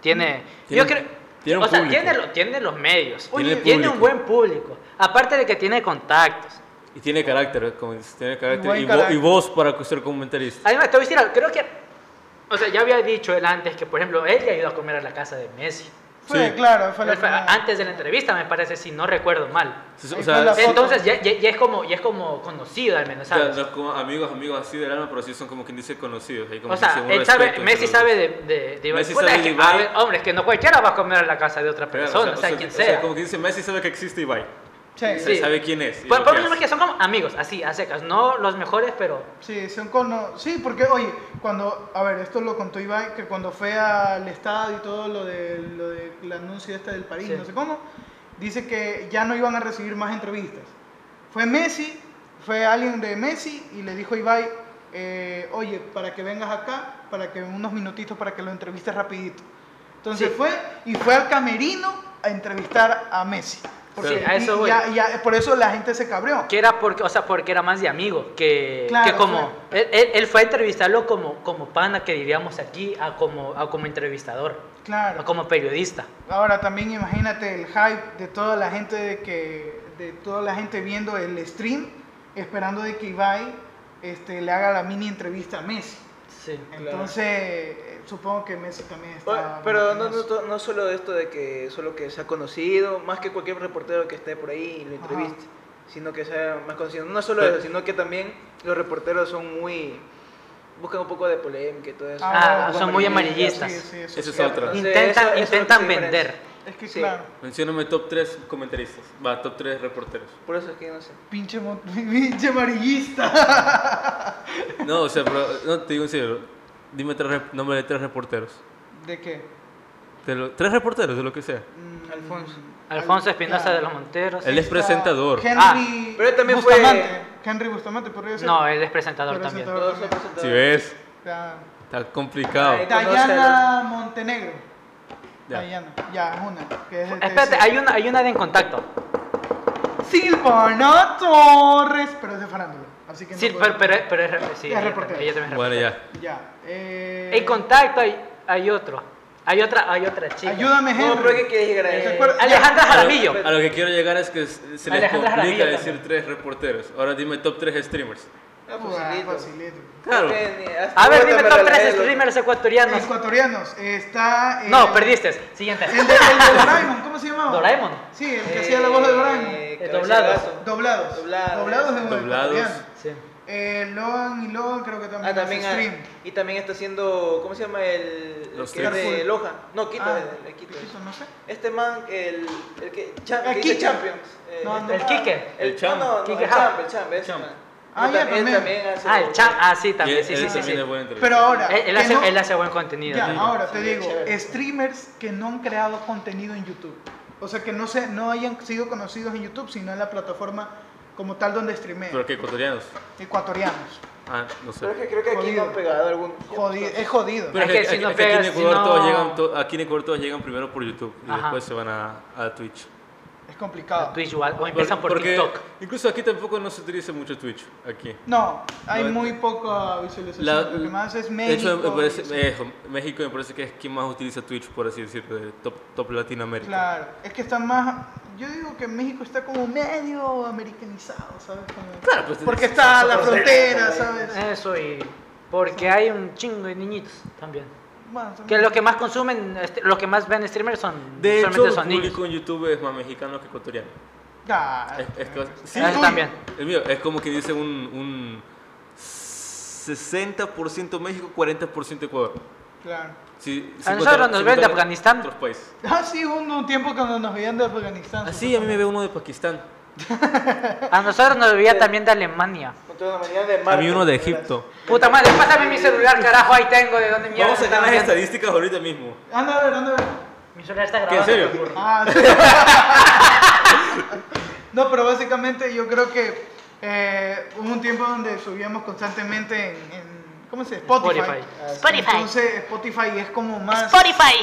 Speaker 4: Tiene,
Speaker 2: Tiene-
Speaker 4: yo creo,
Speaker 2: tiene un
Speaker 4: o sea,
Speaker 2: público.
Speaker 4: tiene, lo- tiene los medios,
Speaker 2: Tiene
Speaker 4: tiene, un
Speaker 2: público.
Speaker 4: buen público, aparte de que tiene contactos.
Speaker 2: Y tiene carácter, como dices, tiene carácter.
Speaker 1: Buen
Speaker 2: Y, vo-
Speaker 1: carácter.
Speaker 2: y voz para ser comentarista.
Speaker 4: Además, te voy a decir algo, creo que, o sea, ya había dicho él antes que, por ejemplo, él le ayudó a comer a la casa de Messi.
Speaker 1: Fue,
Speaker 2: Sí.
Speaker 1: claro, fue la
Speaker 4: Él fue
Speaker 1: primera-
Speaker 4: antes de la entrevista, me parece, si no recuerdo mal.
Speaker 2: Entonces,
Speaker 1: Ahí
Speaker 2: O
Speaker 1: fue
Speaker 2: sea,
Speaker 1: la
Speaker 2: sí,
Speaker 4: Entonces, ya, ya- ya es como, ya es como conocido al menos,
Speaker 2: o sea,
Speaker 4: ¿sabes?
Speaker 2: no es como amigos, amigos así del alma, pero sí son como quien dice conocidos. ahí como
Speaker 4: O
Speaker 2: que
Speaker 4: sea,
Speaker 2: dice un
Speaker 4: él sabe,
Speaker 2: respeto entre
Speaker 4: Messi
Speaker 2: los
Speaker 4: sabe
Speaker 2: dos.
Speaker 4: de, de, de
Speaker 2: Messi
Speaker 4: Puta,
Speaker 2: sabe
Speaker 4: es
Speaker 2: de
Speaker 4: que,
Speaker 2: Ibai.
Speaker 4: a ver, hombre, es que no cualquiera va a comer a la casa de otra
Speaker 2: Claro,
Speaker 4: persona, o sea, quien
Speaker 2: o
Speaker 4: sea.
Speaker 2: como quien dice, Messi sabe que existe Ibai.
Speaker 1: Sí,
Speaker 4: Sí.
Speaker 2: Se Sabe quién es. y
Speaker 4: Por,
Speaker 2: lo
Speaker 4: por
Speaker 2: que
Speaker 4: lo menos
Speaker 2: hace.
Speaker 4: que son como amigos, así, a secas. No los mejores, pero
Speaker 1: Sí, son cono... sí, porque oye, cuando, a ver, esto lo contó Iván, que cuando fue al estado y todo lo de lo del anuncio este del París,
Speaker 4: Sí.
Speaker 1: no sé cómo, dice que ya no iban a recibir más entrevistas. Fue Messi, fue alguien de Messi y le dijo a Ibai, eh, oye, para que vengas acá, para que unos minutitos, para que lo entrevistes rapidito. Entonces
Speaker 4: Sí.
Speaker 1: fue y fue al camerino a entrevistar a Messi. Porque,
Speaker 4: Sí, a eso
Speaker 1: y- y
Speaker 4: voy.
Speaker 1: ya- y ya- por eso la gente se cabreó.
Speaker 4: que era porque, o sea, porque era más de amigo que,
Speaker 1: Claro,
Speaker 4: que como él, él- él fue a entrevistarlo como, como pana que diríamos aquí, a como, a como entrevistador,
Speaker 1: Claro.
Speaker 4: a como periodista.
Speaker 1: Ahora también imagínate el hype de toda la gente de que de toda la gente viendo el stream esperando de que Ibai este, le haga la mini entrevista a Messi.
Speaker 4: Sí.
Speaker 1: Entonces, ah, eh, supongo que Messi también
Speaker 3: Bueno,
Speaker 1: está
Speaker 3: Pero no,
Speaker 1: metido en
Speaker 3: no,
Speaker 1: eso.
Speaker 3: to- no solo esto de que solo que sea conocido, más que cualquier reportero que esté por ahí y lo entreviste, sino que sea más conocido. No solo
Speaker 2: Pero-
Speaker 3: eso, sino que también los reporteros son muy... buscan un poco de polémica y todo eso.
Speaker 4: Ah,
Speaker 1: bueno,
Speaker 4: son muy
Speaker 1: amarillista,
Speaker 4: amarillistas.
Speaker 1: sí,
Speaker 2: Esa es
Speaker 1: cierto.
Speaker 2: otra.
Speaker 4: Intentan,
Speaker 3: eso- eso es
Speaker 4: intentan
Speaker 3: lo que se
Speaker 4: vender.
Speaker 1: Es que
Speaker 3: Sí.
Speaker 1: claro,
Speaker 2: Mencióname top 3 comentaristas. Va, top 3 reporteros.
Speaker 3: Por eso es que no sé.
Speaker 1: pinche, mo- pinche amarillista.
Speaker 2: No, o sea, pero, no, te digo en serio. Dime tres rep- nombre de tres reporteros.
Speaker 1: ¿De qué?
Speaker 2: De lo- tres reporteros, de lo que sea.
Speaker 1: Alfonso.
Speaker 4: Alfonso Espinosa de los Monteros.
Speaker 2: Él es presentador.
Speaker 1: Henry.
Speaker 4: Ah,
Speaker 3: pero él también fue-
Speaker 1: Bustamante. Henry Bustamante, podría ser.
Speaker 4: No, él es presentador también.
Speaker 1: Presentador.
Speaker 3: Todos son presentadores.
Speaker 2: Si ves,
Speaker 1: Ya.
Speaker 2: está complicado.
Speaker 3: Ay,
Speaker 1: Dayana Montenegro.
Speaker 2: Ya.
Speaker 1: Dayana. Ya, es una. Que es el
Speaker 4: Espérate,
Speaker 1: tercero.
Speaker 4: hay una, hay una de en contacto.
Speaker 1: Silvana Torres. Pero es de farándula. Así que no
Speaker 4: Sí,
Speaker 1: puedo-
Speaker 4: pero, pero, pero es, re- sí,
Speaker 1: Es
Speaker 4: ella
Speaker 1: reportera.
Speaker 4: también- ella también es
Speaker 2: Bueno,
Speaker 4: reportera.
Speaker 2: ya.
Speaker 1: Ya. Eh...
Speaker 4: En contacto hay, hay otro. Hay otra, hay otra chica.
Speaker 1: Ayúdame, Henry.
Speaker 3: No, pero es que quieres llegar a
Speaker 1: ¿Te
Speaker 3: eso.
Speaker 1: acuerdas?
Speaker 4: Alejandra
Speaker 2: A lo-
Speaker 4: Jaramillo.
Speaker 1: pues,
Speaker 2: A lo que quiero llegar es que se se les
Speaker 4: Alejandra
Speaker 2: complica
Speaker 4: Jaramillo
Speaker 2: decir tres reporteros. Ahora dime top tres streamers.
Speaker 3: Ah,
Speaker 1: Ah,
Speaker 3: facilito.
Speaker 1: facilito.
Speaker 2: Claro.
Speaker 3: Creo que ni- hasta
Speaker 4: A ver,
Speaker 3: ahorita me
Speaker 4: dime top
Speaker 3: relajé,
Speaker 4: tres
Speaker 3: loco.
Speaker 4: streamers ecuatorianos.
Speaker 1: Ecuatorianos. Está. eh,
Speaker 4: No, perdiste. Siguiente.
Speaker 1: El de, el de Doraemon, ¿cómo se llamaba?
Speaker 4: Doraemon.
Speaker 1: Sí, el que hacía la voz de Doraemon.
Speaker 3: Eh,
Speaker 4: El
Speaker 3: cabeza de
Speaker 4: doblado.
Speaker 3: gato.
Speaker 1: Doblados.
Speaker 3: Doblados.
Speaker 1: Doblados de un
Speaker 2: Doblados.
Speaker 1: ecuatoriano.
Speaker 4: Sí.
Speaker 1: Eh, Logan y Logan creo que también,
Speaker 3: Ah, también
Speaker 1: hace
Speaker 3: ah,
Speaker 1: stream.
Speaker 3: y también está haciendo, ¿cómo se llama el, el
Speaker 2: Los
Speaker 3: que es de
Speaker 1: streams.
Speaker 3: Loja? No, Quito,
Speaker 1: Ah,
Speaker 3: el- el Quito.
Speaker 1: Quito, no sé.
Speaker 3: Este man, el, el que, cha-
Speaker 1: El
Speaker 3: que hizo
Speaker 1: Kike.
Speaker 3: Champions. eh,
Speaker 1: No,
Speaker 3: este
Speaker 1: no.
Speaker 4: El
Speaker 3: man.
Speaker 4: Kike.
Speaker 3: El
Speaker 2: El Cham.
Speaker 3: No, no, no,
Speaker 4: Kike
Speaker 3: el
Speaker 4: Jam.
Speaker 3: Champ, el Champ, ese
Speaker 2: Cham.
Speaker 3: man.
Speaker 1: Ah,
Speaker 3: Él
Speaker 1: ya,
Speaker 3: también,
Speaker 1: también.
Speaker 3: también hace
Speaker 4: Ah, el chat. Ah, sí,
Speaker 2: Y
Speaker 4: también.
Speaker 2: él,
Speaker 4: Sí,
Speaker 2: él
Speaker 4: sí, sí.
Speaker 2: también
Speaker 4: sí.
Speaker 2: es buen entrevistador.
Speaker 1: Pero ahora,
Speaker 4: Él, él
Speaker 1: que
Speaker 4: hace,
Speaker 1: no-
Speaker 4: él hace buen contenido.
Speaker 1: ya,
Speaker 4: Sí.
Speaker 1: ahora te
Speaker 3: Sí,
Speaker 1: digo,
Speaker 3: chévere.
Speaker 1: streamers que no han creado contenido en YouTube. O sea, que no, se, no hayan sido conocidos en YouTube, sino en la plataforma como tal donde streamean.
Speaker 2: Pero que ecuatorianos.
Speaker 1: Ecuatorianos.
Speaker 2: Ah, no sé.
Speaker 3: Pero es que creo que aquí
Speaker 1: Jodido.
Speaker 3: no ha pegado algún.
Speaker 1: Jodido, es jodido.
Speaker 2: Pero
Speaker 4: Es
Speaker 2: es
Speaker 4: que
Speaker 2: que,
Speaker 4: si
Speaker 2: aquí-
Speaker 4: no
Speaker 2: es que aquí, en
Speaker 4: pegas, si
Speaker 2: Ecuador todos
Speaker 4: no-
Speaker 2: llegan, to- aquí en Ecuador todos llegan primero por YouTube y
Speaker 4: Ajá.
Speaker 2: después se van a, a Twitch.
Speaker 1: es complicado.
Speaker 4: Twitch igual. O empiezan por
Speaker 2: Porque
Speaker 4: TikTok.
Speaker 2: Incluso aquí tampoco no se utiliza mucho Twitch. Aquí.
Speaker 1: No, hay
Speaker 2: No, es-
Speaker 1: muy poca visualización.
Speaker 2: La-
Speaker 1: Pues Lo que más es
Speaker 2: de
Speaker 1: México.
Speaker 2: hecho, me parece,
Speaker 1: y-
Speaker 2: eh, México me parece que es quien más utiliza Twitch, por así decirlo, de top, top Latinoamérica.
Speaker 1: Claro, es que está más. Yo digo que México está como medio americanizado, ¿sabes? Como-
Speaker 2: Claro, pues,
Speaker 1: Porque
Speaker 2: es-
Speaker 1: está a la
Speaker 3: nosotros
Speaker 1: frontera,
Speaker 3: de-
Speaker 1: ¿sabes?
Speaker 4: Eso y. Porque hay un chingo de niñitos también.
Speaker 1: Bueno,
Speaker 4: Que lo que más consumen, este, lo que más ven streamers son.
Speaker 2: De hecho,
Speaker 4: solamente
Speaker 2: el
Speaker 4: son niños.
Speaker 2: público en YouTube es más mexicano que ecuatoriano.
Speaker 1: Ya,
Speaker 2: Es- es que- sí,
Speaker 4: Ah,
Speaker 2: uy,
Speaker 4: también.
Speaker 2: El mío es como que dice un, un 60% México, 40% Ecuador.
Speaker 1: Claro.
Speaker 2: Sí,
Speaker 4: A
Speaker 2: 50,
Speaker 4: nosotros nos ven de
Speaker 2: 50
Speaker 4: Afganistán.
Speaker 2: Otros países.
Speaker 1: Ah, sí, hubo un tiempo cuando nos veían de Afganistán.
Speaker 2: Así, Ah, a mí me ve uno de Pakistán.
Speaker 4: A nosotros nos veía también de Alemania.
Speaker 3: Con toda la mañana de
Speaker 2: A mí
Speaker 3: Marte,
Speaker 2: uno de
Speaker 3: ¿verdad?
Speaker 2: Egipto.
Speaker 4: Puta madre, pásame mi celular, carajo, ahí tengo de dónde mierda.
Speaker 2: Vamos a sacar
Speaker 4: estaba
Speaker 2: las
Speaker 4: viendo.
Speaker 2: estadísticas ahorita mismo.
Speaker 1: Anda a ver, anda a ver.
Speaker 4: Mi celular está
Speaker 2: ¿Qué, en
Speaker 4: grabado.
Speaker 2: serio?
Speaker 1: Ah, sí. no, pero básicamente yo creo que eh, hubo un tiempo donde subíamos constantemente en. en- ¿Cómo se dice? Spotify.
Speaker 4: Spotify.
Speaker 1: Spotify. Entonces, Spotify es como más.
Speaker 8: Spotify.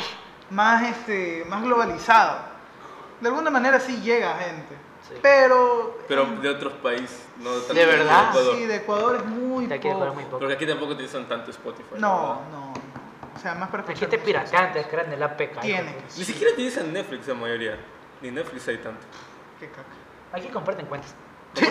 Speaker 1: más este más globalizado. De alguna manera sí llega gente, pero
Speaker 2: Pero de otros países. No tanto
Speaker 4: ¿De verdad?
Speaker 2: de Ecuador.
Speaker 1: sí de Ecuador es muy
Speaker 4: De aquí de
Speaker 1: poco.
Speaker 4: Ecuador muy poco.
Speaker 2: Porque aquí tampoco utilizan tanto Spotify.
Speaker 1: No, no. O sea, más para
Speaker 4: Aquí
Speaker 1: escuchar
Speaker 4: te
Speaker 1: música.
Speaker 4: piratean, te crean el APK.
Speaker 1: Tiene
Speaker 2: Ni
Speaker 1: que
Speaker 2: siquiera utilizan Netflix la mayoría. Ni Netflix hay tanto.
Speaker 1: qué caca.
Speaker 4: Aquí comparten cuentas.
Speaker 1: Sí.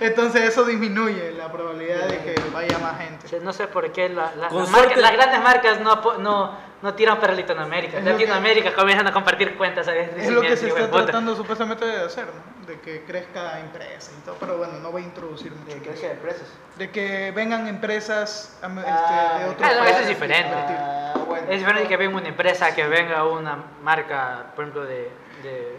Speaker 1: Entonces eso disminuye la probabilidad de que vaya más
Speaker 4: O
Speaker 1: gente.
Speaker 4: sea, No sé por qué la- la-
Speaker 2: Con
Speaker 4: las marcas-
Speaker 2: suerte-
Speaker 4: las grandes marcas no, apo- no, no tiran para Latinoamérica.
Speaker 1: Es lo que-
Speaker 4: Latinoamérica comienzan a compartir cuentas. ¿sabes?
Speaker 1: Es
Speaker 4: Dicen,
Speaker 1: lo que
Speaker 4: "Mira,
Speaker 1: se
Speaker 4: qué
Speaker 1: está
Speaker 4: huevota".
Speaker 1: tratando supuestamente de hacer, ¿no? De que crezca empresa y todo, pero bueno, no voy a introducir mucho.
Speaker 3: De
Speaker 1: en
Speaker 3: que
Speaker 1: eso.
Speaker 3: haya empresas.
Speaker 1: De que vengan empresas am- este,
Speaker 3: Ah,
Speaker 1: de otros
Speaker 4: Ah, no, eso es
Speaker 1: países.
Speaker 4: diferente.
Speaker 3: Ah, bueno.
Speaker 4: Es verdad que venga una empresa, que venga una marca, por ejemplo, de, de,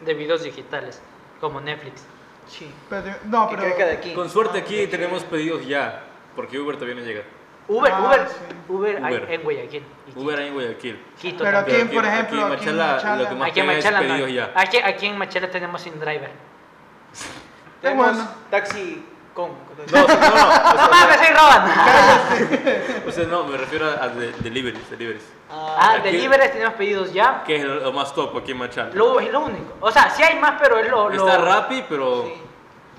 Speaker 4: de videos digitales, como Netflix.
Speaker 1: Sí. Pero- no,
Speaker 3: Que
Speaker 1: pero
Speaker 3: crezca de aquí.
Speaker 2: Con
Speaker 4: Ah,
Speaker 2: suerte aquí tenemos pedidos ya. Porque Uber todavía no llega.
Speaker 4: Uber,
Speaker 1: Ah,
Speaker 4: Uber,
Speaker 1: sí.
Speaker 4: Uber, hay
Speaker 2: Uber.
Speaker 4: en Guayaquil. y Quito.
Speaker 2: Uber hay en Guayaquil.
Speaker 4: Quito
Speaker 1: Pero
Speaker 4: también.
Speaker 1: aquí, por ejemplo, aquí
Speaker 2: en
Speaker 1: en
Speaker 2: Machala,
Speaker 1: Machala-
Speaker 2: lo que más
Speaker 4: aquí en
Speaker 2: pega es
Speaker 4: Machala no. Ah.
Speaker 2: pedidos ya.
Speaker 4: Aquí, aquí en Machala tenemos sin driver.
Speaker 3: Tenemos
Speaker 1: ah, bueno.
Speaker 3: taxi con. con-
Speaker 2: No, o sea, no,
Speaker 4: ¡No mames, ahí roban!
Speaker 2: no, o sea, no, me refiero a, a de- deliveries, deliveries.
Speaker 4: Ah,
Speaker 2: Aquí-
Speaker 4: deliveries tenemos pedidos ya.
Speaker 2: Que es lo, lo más top aquí en Machala.
Speaker 4: Lo, es lo único. O sea, sí hay más, pero es lo. lo-
Speaker 2: Está Rappi, pero...
Speaker 3: Sí.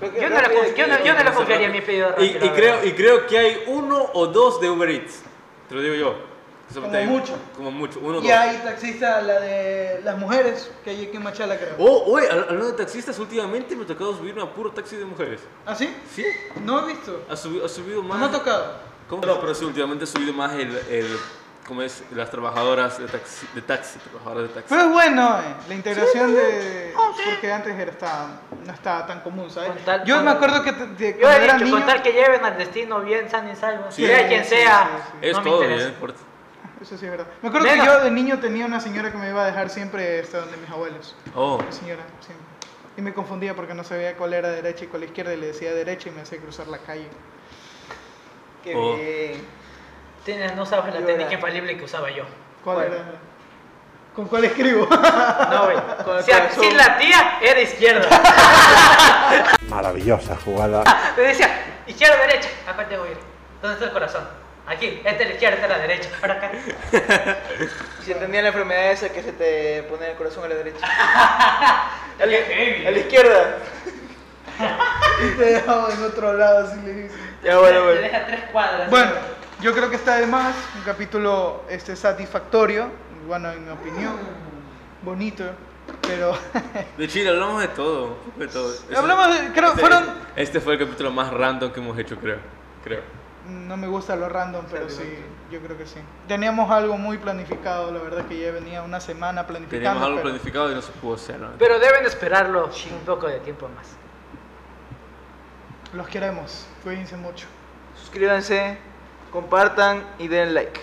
Speaker 3: Creo que
Speaker 4: Yo no, le
Speaker 3: rápido
Speaker 4: conf-
Speaker 3: es
Speaker 4: yo
Speaker 3: que-
Speaker 4: no- yo no le confiaría en
Speaker 2: Rappi.
Speaker 4: mi pedido de
Speaker 2: Y,
Speaker 4: Rappi,
Speaker 2: y
Speaker 4: la
Speaker 2: creo,
Speaker 4: verdad.
Speaker 2: y creo que hay uno o dos de Uber Eats. Te lo digo yo. Eso
Speaker 1: Como
Speaker 2: te digo,
Speaker 1: mucho.
Speaker 2: Como mucho, uno o
Speaker 1: Y
Speaker 2: dos.
Speaker 1: hay taxista, la de las mujeres, que hay aquí en Machala, creo.
Speaker 3: Uh.
Speaker 2: Oh, oye, hab- hablando de taxistas, últimamente me ha tocado subirme a puro taxi de mujeres.
Speaker 1: ¿Ah, sí?
Speaker 2: ¿Sí?
Speaker 1: No he visto.
Speaker 2: Ha subido, ha subido más.
Speaker 1: No ha tocado.
Speaker 2: ¿Cómo? No, pero sí, últimamente ha subido más el. el ¿Cómo es? Las trabajadoras de taxi. De taxi trabajadoras de taxi.
Speaker 1: Pero es bueno, eh, la integración de... Porque antes era, estaba, no estaba tan común, ¿sabes?
Speaker 4: Con tal-
Speaker 1: Yo
Speaker 4: con-
Speaker 1: me acuerdo que te- de-
Speaker 4: Yo
Speaker 1: cuando
Speaker 4: he
Speaker 1: era
Speaker 4: dicho,
Speaker 1: niño...
Speaker 4: con tal que lleven al destino bien, sano y salvo,
Speaker 2: Sí.
Speaker 4: sea quien
Speaker 1: Sí,
Speaker 4: sea,
Speaker 1: sí,
Speaker 2: es
Speaker 4: no me
Speaker 2: todo, ya no
Speaker 4: interesa.
Speaker 2: importa.
Speaker 1: Eso sí es verdad. Me acuerdo
Speaker 4: Nena.
Speaker 1: que yo de niño tenía una señora que me iba a dejar siempre hasta donde mis abuelos.
Speaker 2: Oh,
Speaker 1: Una señora, siempre. Y me confundía porque no sabía cuál era derecha y cuál izquierda, y le decía derecha y me hacía cruzar la calle.
Speaker 3: Qué
Speaker 2: Oh.
Speaker 3: bien.
Speaker 4: Tienes, no sabes la
Speaker 3: Yo
Speaker 4: técnica
Speaker 3: era-
Speaker 4: infalible que usaba yo.
Speaker 1: ¿Cuál
Speaker 3: ¿Cuál?
Speaker 1: era? ¿Con cuál escribo?
Speaker 3: No, güey. Con el
Speaker 4: Si, a-
Speaker 3: corazón.
Speaker 4: si la tía era izquierda,
Speaker 9: Maravillosa jugada.
Speaker 4: te decía, izquierda, derecha, ¿a cuál debo ir? ¿Dónde está el corazón? Aquí, esta es la izquierda, esta es la derecha, para acá.
Speaker 3: Si tenía la enfermedad esa que se te pone el corazón a la derecha.
Speaker 4: Qué
Speaker 3: a, la,
Speaker 4: heavy.
Speaker 3: a la izquierda.
Speaker 1: y te dejaba en otro lado, así le dicen.
Speaker 3: Ya, bueno,
Speaker 4: Te
Speaker 3: bueno.
Speaker 4: deja tres cuadras.
Speaker 1: Bueno, yo creo que está de más, un capítulo este, satisfactorio, bueno, en mi opinión, bonito, pero...
Speaker 2: De Chile hablamos de todo. un poco De todo. Ese-
Speaker 1: Hablamos de- creo,
Speaker 2: este,
Speaker 1: fueron-
Speaker 2: Este fue el capítulo más random que hemos hecho, crcreo. Creo.
Speaker 1: No me gusta lo random, pero sí, yo creo que sí. Teníamos algo muy planificado, la verdad que ya venía una semana planificando.
Speaker 2: Teníamos algo
Speaker 1: pero-
Speaker 2: planificado y no se pudo hacer. ¿no?
Speaker 4: Pero deben esperarlo un poco de tiempo más.
Speaker 1: Los queremos, cuídense mucho.
Speaker 3: Suscríbanse, compartan y den like.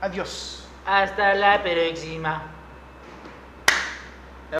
Speaker 1: Adiós.
Speaker 4: Hasta la próxima.